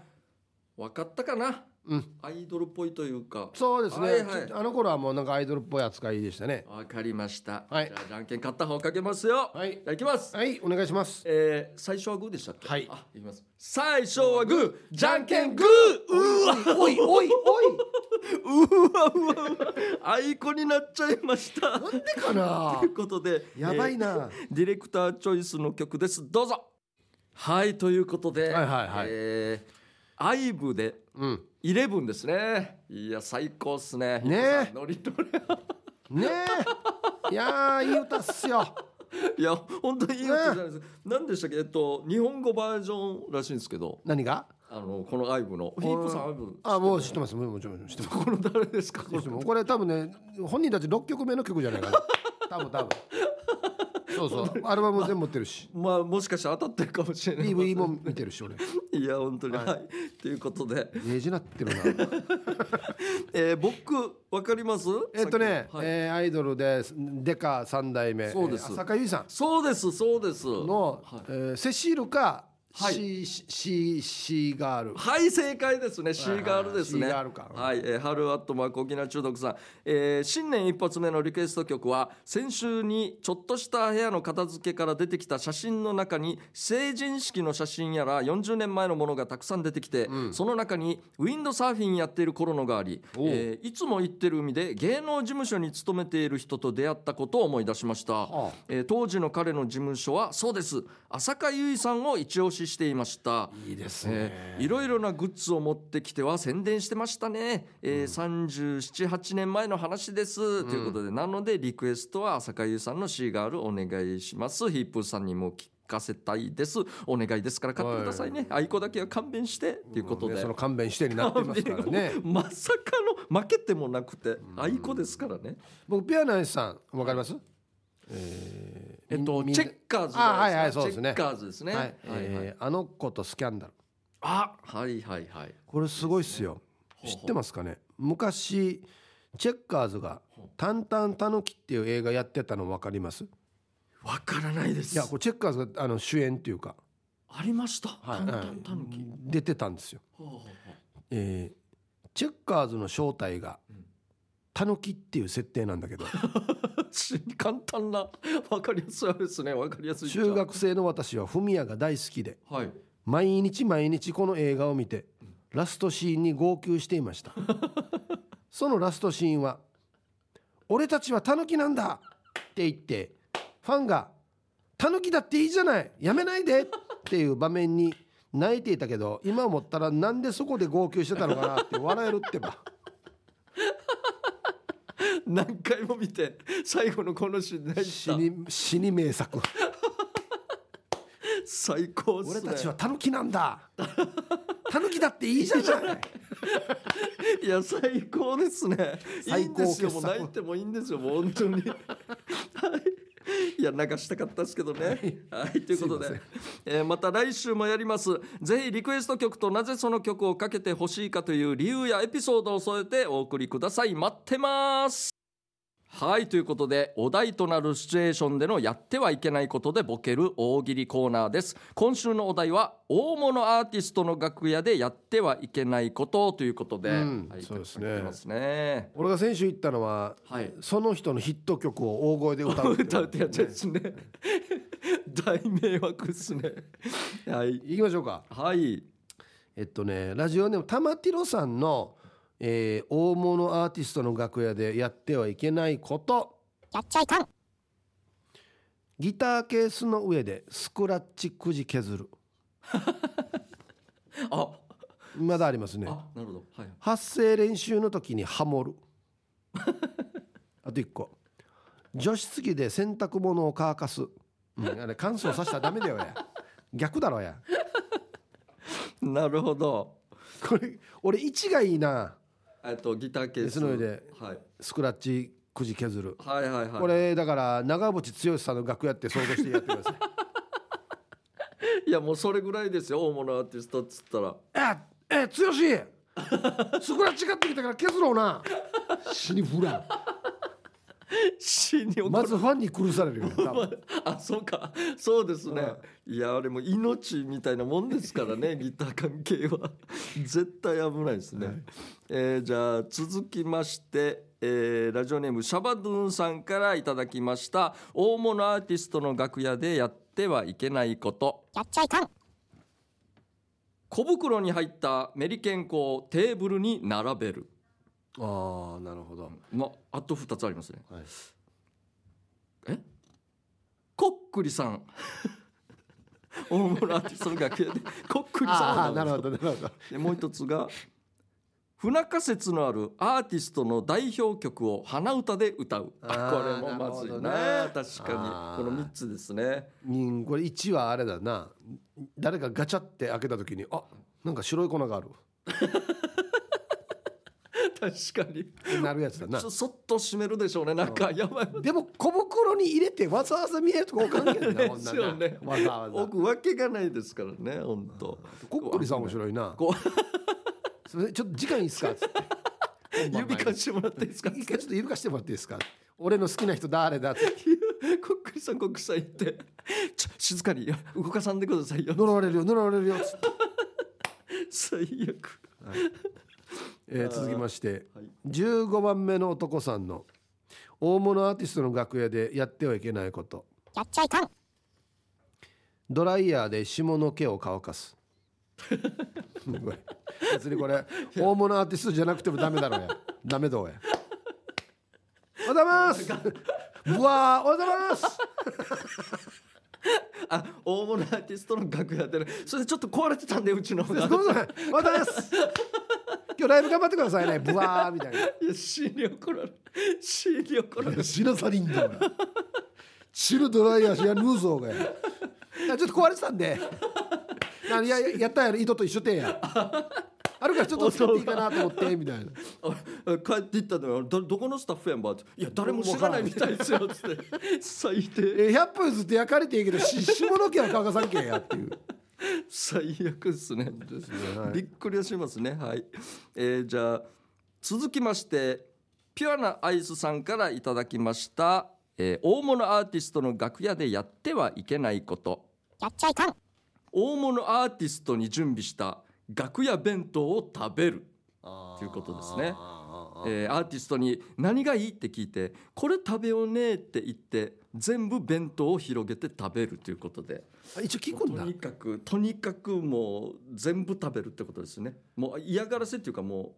分かったかな
うん
アイドルっぽいというか
そうですね、
はいはい
ちょあの頃はもうなんかアイドルっぽい扱いでしたね
わかりました。
はい
じゃあじゃんけん勝った方かけますよ。
はい
じゃあいきます。
はいお願いします
えー、最初はグーでしたっけ。
はい
あ、いきます。最初はグー、じゃんけんグー。うーわ、
おいおいおい
うわ、うわ、うわ。あいこになっちゃいました。
なんでかな
ということで、
やばい
え
な、
ーディレクターチョイスの曲です。どうぞ。はい、ということで、
はいはいはい
えーアイブで
うん
イレブンですね。いや、最高っすね。
ねえ
ヒコさんノリノリ。
ねえいやーいい歌っすよ
いや本当にいい歌じゃないです。何でしたっけえっと日本語バージョンらしいんですけど、
何が
あのこのアイブのヒープさんアイブ。
あもう知ってますもうもちろん知ってます
この誰ですか。
どうしてもこれ多分ね本人たち6曲目の曲じゃないかな多分多分そうそうアルバム全部持ってるし
まあもしかしたら当たってるかもしれない。
PV も見てるし俺
いや本当にはい。ということで、
ネジなってる な
えー、僕わかります？
えっとね
さ、きはい
えーアイドルですデカ3代目
そうです
えー浅香唯さん
そうですそうです。
の、
はい
えーセシールか、
はい
シーシーシーガール
はい正解ですねシ
はいはい
ーガールですね
シー
は
ガールか
い、えー、春アットマーク沖縄中毒さん、えー新年一発目のリクエスト曲は先週にちょっとした部屋の片付けから出てきた写真の中に成人式の写真やら40年前のものがたくさん出てきて、その中にウィンドサーフィンやっている頃のがあり、
おう
えーいつも行ってる海で芸能事務所に勤めている人と出会ったことを思い出しました、
あ
えー当時の彼の事務所はそうです浅香唯さんを一押ししていました
いいです
えーいろいろなグッズを持ってきては宣伝してましたね、えー37、8年前の話です、ということでなのでリクエストは浅香優さんのシーガールお願いしますヒップーさんにも聞かせたいですお願いですから買ってくださいねあいこだけは勘弁してということで、
ねその勘弁してになってますからね
まさかの負けてもなくてあいこですからね
僕ピアノさんわかります
えっと
み
チェッカーズじ
あは
ゃ
い
な
はいい
ですか
そうですね
チェッカーズですね、
はい、
はいはい
えーあの子とスキャンダル
あはいはいはい
これすごいっすよ
すね
知ってますかね昔チェッカーズが「タンタンタヌキ」っていう映画やってたの分かりますい
わからないです
やこれチェッカーズがあの主演っていうか
ありました、
はい
タンタンタヌキ、
出てたんですよ、
ほうほうほう
えーチェッカーズの正体が
うん
タヌキっていう設定なん だけど
簡単な分かりやすいですね分かりやすい
中学生の私はフミヤが大好きで
はい
毎日毎日この映画を見てラストシーンに号泣していました そのラストシーンは「俺たちはタヌキなんだ!」って言ってファンが「タヌキだっていいじゃないやめないで!」っていう場面に泣いていたけど今思ったらなんでそこで号泣してたのかなって笑えるってば
何回も見て最後のこのシーン泣
死
いた
に死に名作
最高っすね
俺たちはタヌキなん だタヌキだっていいじゃない
いや最高ですねいい
最
ん
高
ですよ
傑
もう
作
泣いてもいいんですよもう本当にはいいや流したかったですけどね。はい、ということです
いま
えーまた来週もやりますぜひリクエスト曲となぜその曲をかけてほしいかという理由やエピソードを添えてお送りください待ってますはいということでお題となるシチュエーションでのやってはいけないことでボケる大喜利コーナーです今週のお題は大物アーティストの楽屋でやってはいけないことということで、
うん
はい
そうです
たくさん来
ね
てますね
俺が先週言ったのは
はい
その人のヒット曲を大声で歌うっていう
歌うってやつですね大迷惑ですねはい
いきましょうか
はい
えっとねラジオネーム玉ティロさんの、えー大物アーティストの楽屋でやってはいけないこと
やっちゃいかん
ギターケースの上でスクラッチくじ削る
あ
まだありますね
あなるほどはい
発声練習の時にハモるあと一個除湿機で洗濯物を乾かす、うん、あれ乾燥させたらダメだよや逆だろや
なるほど
これ俺1がいいな
えっとギターケース
ですので
はい、
スクラッチくじ削る
はいはいはい
これだから長渕剛さんの楽屋って想像してやってください
いやもうそれぐらいですよ大物アーティストっつった ら
ええ剛スクラッチ買ってきたから削ろうな死にふら
死に
ん
怒
ま
る、
ずファンに苦されるよ多分
あそうかそうですね、いやあれも命みたいなもんですから ねギター関係は絶対危ないですね、えーじゃあ続きまして、えーラジオネームシャバドゥンさんからいただきました大物アーティストの楽屋でやってはいけないこと
やっちゃいかん
小袋に入ったメリケン粉をテーブルに並べる
ああなるほど
まあと2つありますね、
はい
えこっくりさ ん大物アーティストの楽屋でこっくりさん
ああ
を
なる
並
ほ
べ
どなるほど
でもう一つが不仲説のあるアーティストの代表曲を鼻歌で歌うあ
あ
これ
ー
もまずいな
なるほどね
確か
あ
にこ
ー
の3つですね
うんこれ1はあれだな誰かガチャって開けた時にあなんか白い粉がある
確かに
ってなるやつだな
そそっと閉めるでしょうねなんかやばい
でも小袋に入れてわざわざ見えるとこおかんけんな
ですよね
こんなんなわざわざ
奥わけがないですからね本当
コッコリさん面白いな
こ
すみませんちょっと時間いい ですかつって
う指貸してもらっていいです か
一回ちょっと指貸してもらっていいですか俺の好きな人誰だって
こっくりさんこっくりさん言ってちょ静かに動かさんでくださいよ
呪われるよ呪われるよつって、
最悪
えー続きまして
はい
15番目の男さんの大物アーティストの楽屋でやってはいけないこと
やっちゃいかん
ドライヤーで下の毛を乾か すこれ別にこれ大物アーティストじゃなくてもダメだろうやダメだおやおはようござ いますうわーおはようございます
あ大物アーティストの楽屋でねそれでちょっと壊れてたんでうちのが
ごめんなさいおはようございます今日ライブ頑張ってくださいねブワーみたいない
や死に怒られる死に怒られる
知らさりんだよチルドライヤーしやるぞがやいやちょっと壊れてたんであのやややったやろ糸と一緒てやあるからちょっと使っていいかなと思ってみたいな
あ帰っていったのよどどこのスタッフやんばっていや誰も知らないみたいですよつって最低
えー、100分ずって焼かれていいけどし下の毛は乾かさんけやっていう
最悪ですね
はい
びっくりはしますねはい、えーじゃあ続きましてピュアなアイスさんからいただきました、えー大物アーティストの楽屋でやってはいけないこと
やっちゃいかん
大物アーティストに準備した楽屋弁当を食べるということですねえーアーティストに「何がいい?」って聞いて「これ食べようね」って言って全部弁当を広げて食べるということで
あ一応聞
と
くんだ
にかくとにかくもう全部食べるってことですねもう嫌がらせっていうかも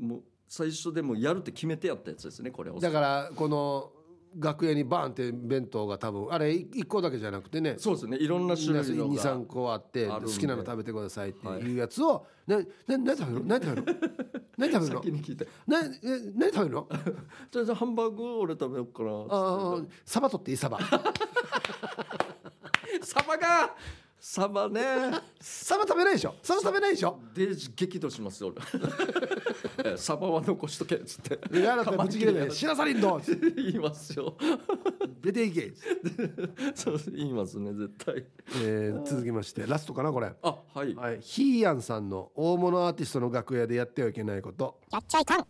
うもう最初でもうやるって決めてやったやつですねこれ
だからこの楽屋にバーンって弁当が多分あれ1個だけじゃなくてね
そうですねいろんな種類のが
23個あって
あるん
好
で
きなの食べてくださいっていうやつを「なな何食べるの何食べ るの何食べるの
先に聞いて
なえ何食べるの
「じゃあハンバーグ俺食べようかな」
あーサバ取っていいサバ
サバがサバね
サバ食べないでしょサバ食べないで しょ
デージ激怒します よ俺えサバは残しとけっつって
であなたぶち切れない「知らさりんど!」
言いますよ
出て いけ、
そう言いますね絶対
えー続きましてラストかなこれ
あはい、
はい、ヒーヤンさんの大物アーティストの楽屋でやってはいけないこと
やっちゃいかん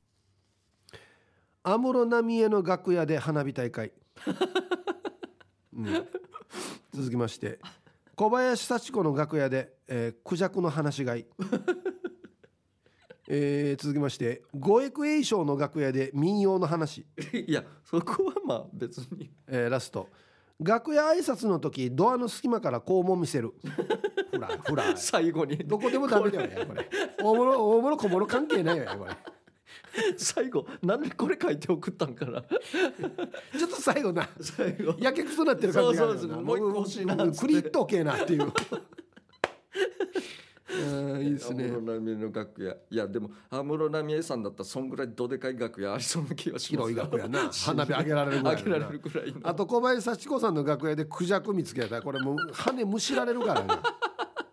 安室奈美恵の楽屋で花火大会、うん続きまして小林幸子の楽屋で、えー、クジャクの話し飼い、えー続きまして五エク栄翔の楽屋で民謡の話、
いやそこはまあ別に
えーラスト楽屋挨拶の時ドアの隙間から肛門見せるほらほら
最後に
どこでもダメだよやこれ大物大物小物関係ないよやこれ
最後なんでこれ書いて送ったんかな
ちょっと最後な
最後
やけくそなってる感じがあるよな
そうそうそうもう一個欲しいなっつって
んクリッと OK なっていううんいいですね
安室奈美恵の楽屋いやでも安室奈美恵さんだったらそんぐらいどでかい楽屋ありそうな気がします
広い楽屋 な花火上げられるぐらい
上
の
げられるぐらいの
あと小林幸子さんの楽屋でクジャク見つけたらこれもう羽むしられるからな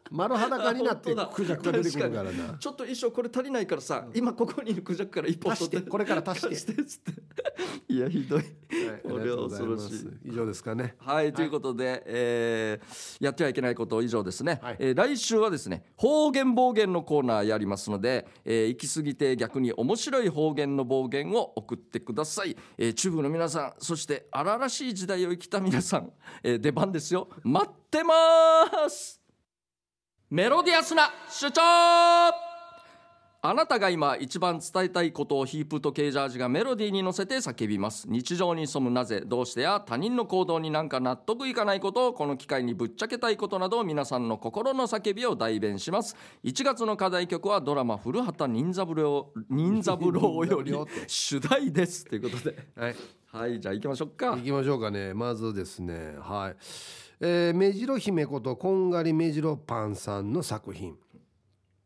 丸裸になっ て
本当だ
クジャクが出てくるから
確に
な
ちょっと衣装これ足りないからさ、今ここにいるクジャクから一本取
足し
って
てこれから足して
貸してっつって いやひどい、
はいあ
こ
り
れは
がとうござ
恐
い
ろ
ま
しい
す以上ですかね
はい、ということで、えーやってはいけないこと以上ですね、
はい
えー来週はですね方言暴言のコーナーやりますので、えー行き過ぎて逆に面白い方言の暴言を送ってください、えー、中部の皆さんそして荒々しい時代を生きた皆さん、えー出番ですよ待ってますメロディアスな主張あなたが今一番伝えたいことをヒープとケージャージがメロディーに乗せて叫びます日常に潜むなぜどうしてや他人の行動になんか納得いかないことをこの機会にぶっちゃけたいことなど皆さんの心の叫びを代弁します1月の課題曲はドラマ「古畑任三郎任三郎」より
任三郎って
主題ですということで
はい
はいじゃあ行きましょうか
行きましょうかねまずですねはい、えー、目白姫ことこんがり目白パンさんの作品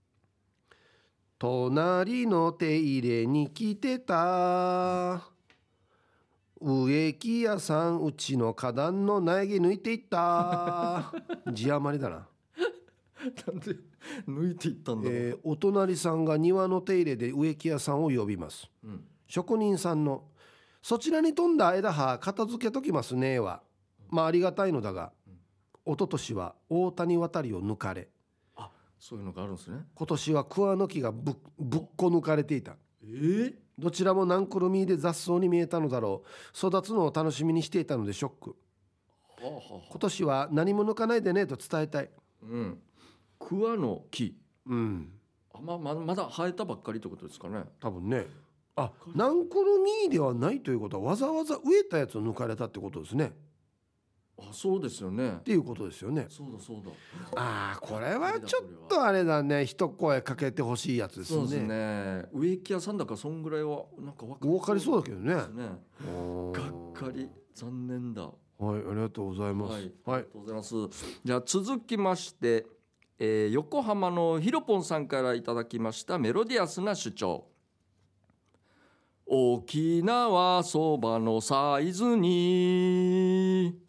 「隣の手入れに来てた」植木屋さんうちの花壇の苗木抜いていった字余りだな、
なんで抜いていったんだろう、
えーお隣さんが庭の手入れで植木屋さんを呼びます
うん
職人さんの「そちらに飛んだ枝葉片付けときますね」はまあありがたいのだが一昨年は大谷渡りを抜かれ
あそういうのがあるんですね
今年は桑の木がぶっぶっこ抜かれていた
えー、
どちらも何くるみで雑草に見えたのだろう育つのを楽しみにしていたのでショック
はあはあはあ
今年は何も抜かないでねと伝えたい
うん桑の木
うん
あまままだ生えたばっかりってことですかね。
多分ねあ何くるみではないということはわざわざ植えたやつを抜かれたってことですねっ
あそうですよね。
ていうことですよね
そうだそうだ。
ああこれはちょっとあれだね一声かけてほしいやつです
そうです
ね
ね。植木屋さんだからそんぐらいはなんかわか
儲かりそうだけどね
ですね。
お
が
ー
っかり残念だ。
はいありがとうございます
はい
は
あり
い
がとうございます。じゃあ続きまして、えー横浜のひろぽんさんからいただきましたメロディアスな主張。沖縄そばのサイズに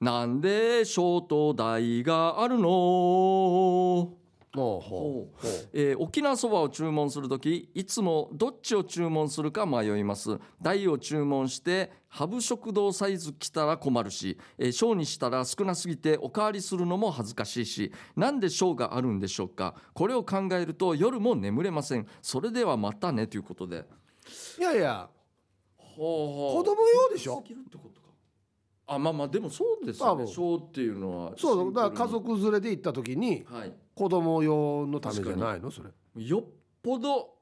なんでショート台があるの
も
ほ
うほうほ
えー沖縄そばを注文する時いつもどっちを注文するか迷います大を注文してハブ食堂サイズ来たら困るし、えー小にしたら少なすぎておかわりするのも恥ずかしいしなんで小があるんでしょうかこれを考えると夜も眠れませんそれではまたねということで
ういやいや
ほ
子供用でしょ
あまあまあでもそうです
多
よね
分
小っていうのは
そうだだから家
シンプ
族連れで行った時に
ルにはい
子供用のためじゃないのそれ
よっぽど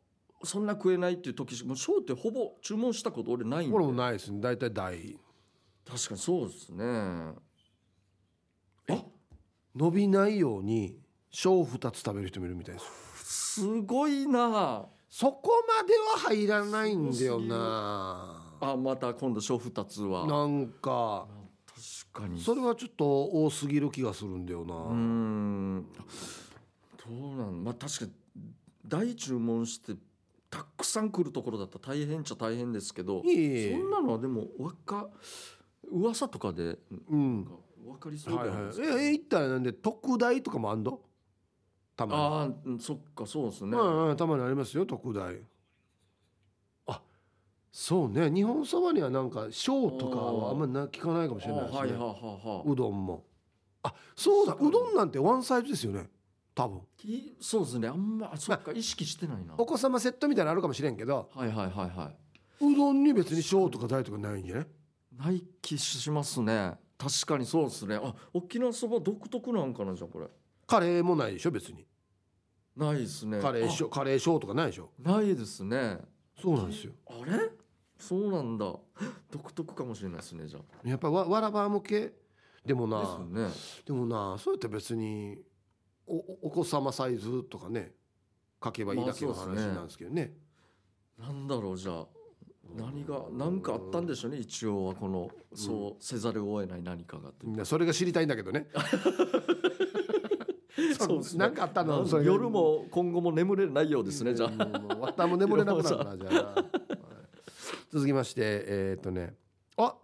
そんな食えないっていう時しもう小ってほぼ注文したこと俺ないんで
これもないですね大体大
確かにそうですねえ
伸びないように小2つ食べる人もいるみたいです
すごいな
そこまでは入らないんだよな
あまた今度小2つは
なんか
確かに
それはちょっと多すぎる気がするんだよな、
うーんどうなんまあ確かに大注文してたくさん来るところだったら大変っちゃ大変ですけど
いえいえ
そんなのはでもわか噂とかで
う
なん
ん
か分かりそう
は
だ
い
よね
はいええ行ったらなんで特大とかもあんどたま
ああそっかそうです
に、
ね、
うんうん、たまにありますよ特大あそうね日本そばにはなんか小とかはあんまりな聞かないかもしれないですね、
はいはいはいはいう
どんもあそうだうどんなんてワンサイズですよね多分
きそうですねあんまあそっか意識してないな
お
は
子様セットみたいなのあるかもしれんけど
いはいはいはい
うどんに別に塩とか大とかないんじゃない
ない気しますね確かにそうですねあ沖縄そば独特なんかなじゃあこれ
カレーもないでしょ別に
ないですね
カレー塩カレー塩とかないでしょ
あないですね
そうなんですよ
あれそうなんだ独特かもしれないですねじゃ
やっぱわわらば向けでもな
あですよね
でもなそうやって別におおお子様サイズとかね書けばいいだけの
まあ
話
そうですね
なんですけどね,、
なんだろうじゃあ何が何かあったんでしょうね一応はこのそうせざるを得ない何かがという
みんなそれが知りたいんだけ どね
そうですね
なんかあったの
なん
それが
夜も今後も眠れないようですねじゃあ
うんもうわったも眠れなくなる なじゃあな、はい続きましてえーっとねあ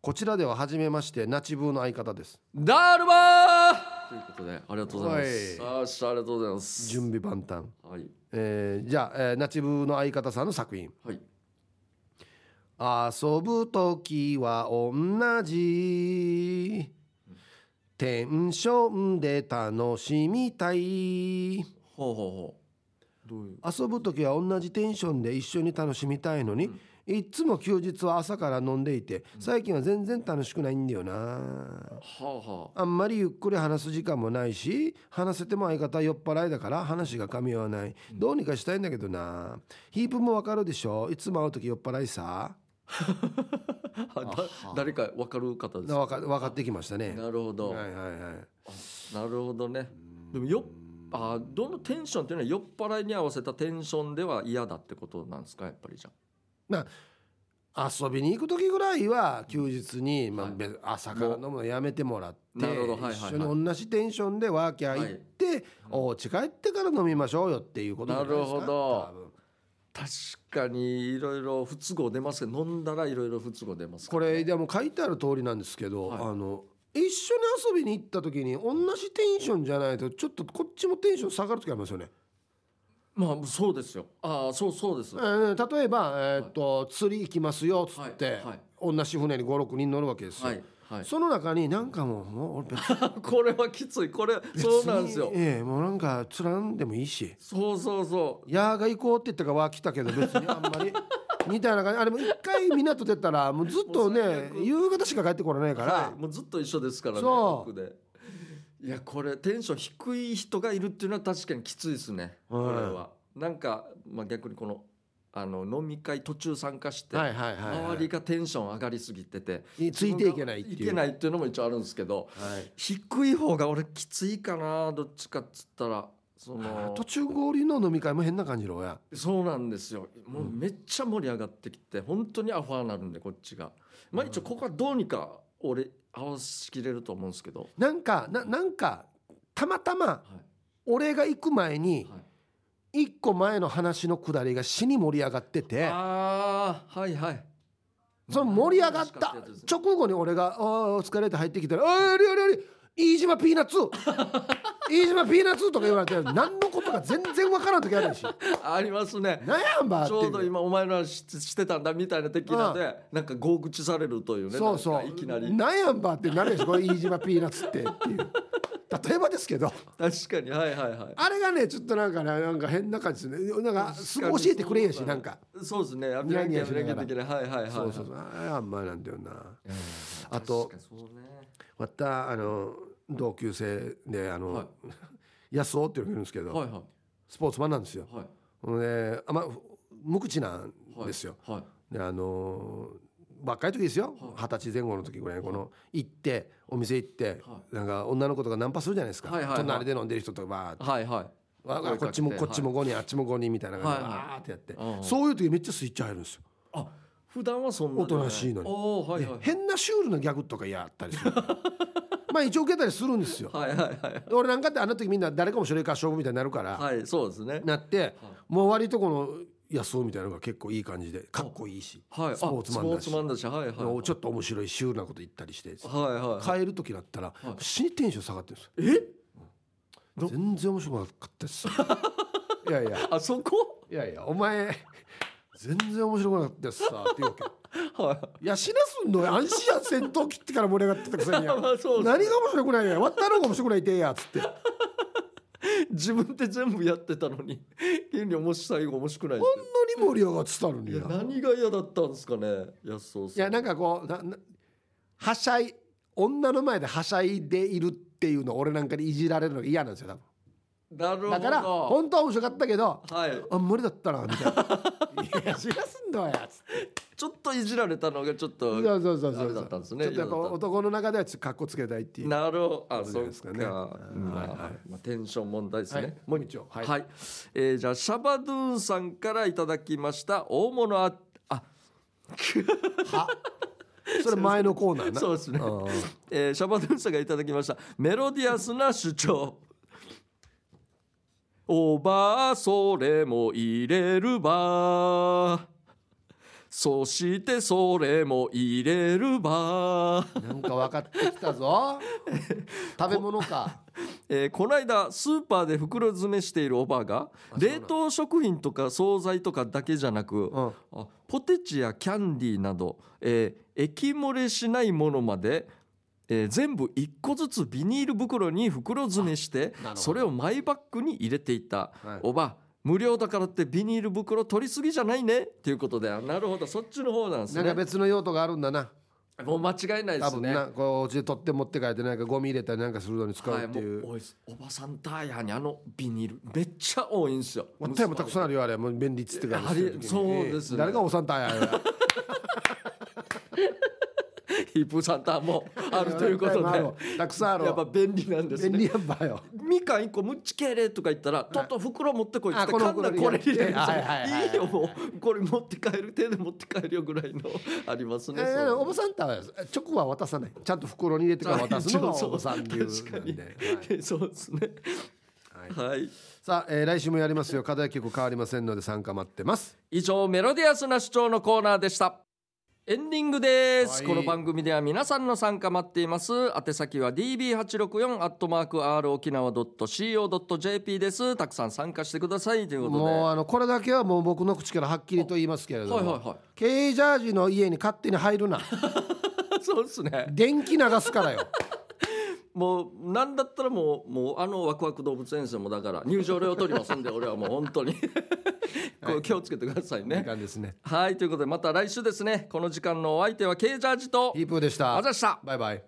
こちらでは初めましてナチブーの相方です
ダールバーということでありがとうございます
はい
あーしありがとうございます
準備万端、
はい
えーじゃあ、えーナチブーの相方さんの作品
はい
遊ぶ時は同じテンションで楽しみたい遊
ほうほうほうどういう
ぶ時は同じテンションで一緒に楽しみたいのに、いっつも休日は朝から飲んでいて最近は全然楽しくないんだよな
はあはあ
あんまりゆっくり話す時間もないし話せても相方は酔っ払いだから話が噛み合わないどうにかしたいんだけどなヒープもわかるでしょいつも会う時酔っ払いさ
あだ誰か分かる方です
な
か
わか分かってきましたね
なるほど、
はいはいはい
なるほどねでもよっあどのテンションっていうのは酔っ払いに合わせたテンションでは嫌だってことなんですかやっぱりじゃ
まあ遊びに行く時ぐらいは休日に、まあ
はい
べ朝から飲むのやめてもらって
なるほどはいはいはい
一緒に同じテンションでワーキャー行って、お家帰ってから飲みましょうよっていうことじゃないですか
なるほど確かにいろいろ不都合出ますけど飲んだらいろいろ不都合出ます
こ
から
れでも書いてある通りなんですけど、
はい
あの一緒に遊びに行った時に同じテンションじゃないとちょっとこっちもテンション下がる時ありますよね。
まあそうですよああそうそうです
えー例えば、えーっと釣り行きますよっつって、
はいはい
同じ船に56人乗るわけですよ。
はいはい
その中になんかもうもう俺別 に
これはきついこれそうなんですよ
別にええもうなんかつらんでもいいし
そうそうそ
「やーが行こう」って言ったからは来たけど別にあんま りみたいな感じあれも一回港出たらもうずっと
もう
ね
最悪
夕方しか帰ってこられないか
う
ら、
はいもうずっと一緒ですからね
そう
僕でいやこれテンション低い人がいるっていうのは確かにきついですねこ
はい
れはなんかまあ逆にこのあの飲み会途中参加して
はいはいはい、は
周
い
りがテンション上がりすぎてて
についていけないっていう
自分がいけないっていうのも一応あるんですけど
はい
低い方が俺きついかなどっちかっつったらそ
あー
の
途中合流の飲み会も変な感じの親
そうなんですよもうめっちゃ盛り上がってきて本当にアファーなるんでこっちがまあ一応ここはどうにか俺合わしきれると思うんですけど
なんかななんかたまたま
は
俺が行く前
い、
に
はい
一個前の話のくだりが死に盛り上がってて
ああはいはい
その盛り上がった直後に俺が「あーお疲れ」って入ってきたら「あーあれあれあれ飯島ピーナッ ツ飯島ピーナッツ」とか言われて何のことか全然わからん時あるし「
ありますね
なんやんば」って
ち
い
ょうど今お前の話ししてたんだみたいな的なでなんか合口されるというね
そうそ
な
うん
かいきなり
なんやんば」ってなるでしょこれ飯島ピーナッツってっていう例えばですけど
確かにはいはいはい
あれがねちょっとなんかねなんか変な感じですねなんかすごい教えてくれやしなんか
そうですね
ニヤニヤしながら
アピランキアピランキ的なはいはいはい
そうそうそうあれあんまなんだよなあ
確
と
かにそうね
またあの同級生であの、
はい
安尾っていうのがいるんですけど、
はいは
スポーツマンなんですよ
いはい
ほんであま無口なん
はい
ですよ。
はい
であのー若い時ですよ
はい
二十歳前後の時ぐらいこの行ってお店行って
は
なんか女の子とかナンパするじゃないですか、
はいはいはい
隣で飲んでる人とかバーって
はいはい
わわこっちもこっちも5人、あっちも5人みたいな感じで
はいはい
わーってやって、
うんうん
そういう時めっちゃスイッチ入るんですよ。
あ普段はそんな
おとなしいのに
おーはいはい
で変なシュールなギャグとかやったり するまあ一応受けたりするんですよ。
はいはいはい
で俺なんかってあの時みんな誰かもしれか勝負みたいになるから、
はいそうですね
なってもう割とこの安尾みたいなのが結構いい感じでかっこいいし、
はいあ
スポーツマンだ
スポーツ
し
マンだしはいはいはい
ちょっと面白いシュールなこと言ったりして、
はいはい
帰る時だったら、死にテンション下がってるんです
え
よ全然面白くなかったですいやいや
あそこ
いやいやお前全然面白くなかったですさっていうわけ
はい
やしなすんの安心や戦闘切ってから盛り上がってたくせにや
まあそうっすね
何が面白くないや割ったのが面白くないってええやつって
い自分で全部やってたのに権利面白い最後面白くないって
ほんの盛り上がってたの
い
に
や
な
何が嫌だったんですかね安尾さん
いやなんかこうななはしゃい女の前ではしゃいでいるっていうの俺なんかにいじられるのが嫌なんですよ多分
なるほど
だから本当は面白かったけど
はい
あ無理だったなみた いな「いや知らすんだわや」つって
ちょっといじられたのがちょっと
そうそうそうそ
あ
う
れだったんですね
ちょっとやっぱ
嫌だった
男の中ではちょっとかっこつけたいっていう
なるほどあ
そう
そうで
じゃないです
す
か
か
ね
ねまあテンション問題です
は
ね、
いもう一丁は
はいい、えーじゃあシャバドゥンさんからいただきました大物ああ
それ前のコーナーな
そうですね
ん、
えーシャバドゥンさんがいただきましたメロディアスな主張おばあそれも入れるばそしてそれも入れるば
なんか分かってきたぞ食べ物か
えーこの間スーパーで袋詰めしているおばあが冷凍食品とか惣菜とかだけじゃなく、
うん
あポテチやキャンディーなど、えー液漏れしないものまで、えー全部1個ずつビニール袋に袋詰めして
ほど
それをマイバッグに入れていた、
はい
おば無料だからってビニール袋取りすぎじゃないねっていうことであなるほどそっちの方なんです
なんか
ね
別の用途があるんだな
もう間違いないで
多
す
分
ね
なこううちで取って持って帰ってなんかゴミ入れたりなんかするのに使う
はい、
って
も
いう
う多いですおばさんタイヤにあのビニールめっちゃ多いんですよ
まあ、タイもたくさんあるよあれもう便利っつってから
あれそうですね
誰がおさんたんやあ れ
ヒップサンターもあるということ
タイも
で
あるたくさんある
やっぱ便利なんです
便利
ね
やっぱよ
みかん1個むっちけれとか言ったら、とっと袋持ってこいって
あこ
言
の
って缶だ
袋
これ入れるんですよ
はいはいはいはい
いいよもうこれ持って帰る手で持って帰るよぐらいのあります
え
ね、
ー、
そう
おばさんたんはチョコは渡さないちゃんと袋に入れてから渡すのがおばさん流なんで、 はい
はいそうですねはい、
さあ、えー来週もやりますよ課題曲変わりませんので参加待ってます
以上メロディアスな主張のコーナーでしたエンディングです、
はい
この番組では皆さんの参加待っています宛先は db864 アットマーク r 沖縄 .co.jp ですたくさん参加してくださいということで
もうあのこれだけはもう僕の口からはっきりと言いますけれども、
はいはいはい
経営ジャージの家に勝手に入るな
そうですね。
電気流すからよ
もうなんだったらもうもうあのワクワク動物園さんもだから入場料取りますんで俺はもう本当 にこう気をつけてください
時
ね。
間です ね
はいということでまた来週ですねこの時間のお相手は K ジャージと
ヒープーでした
あざした。
バイバイ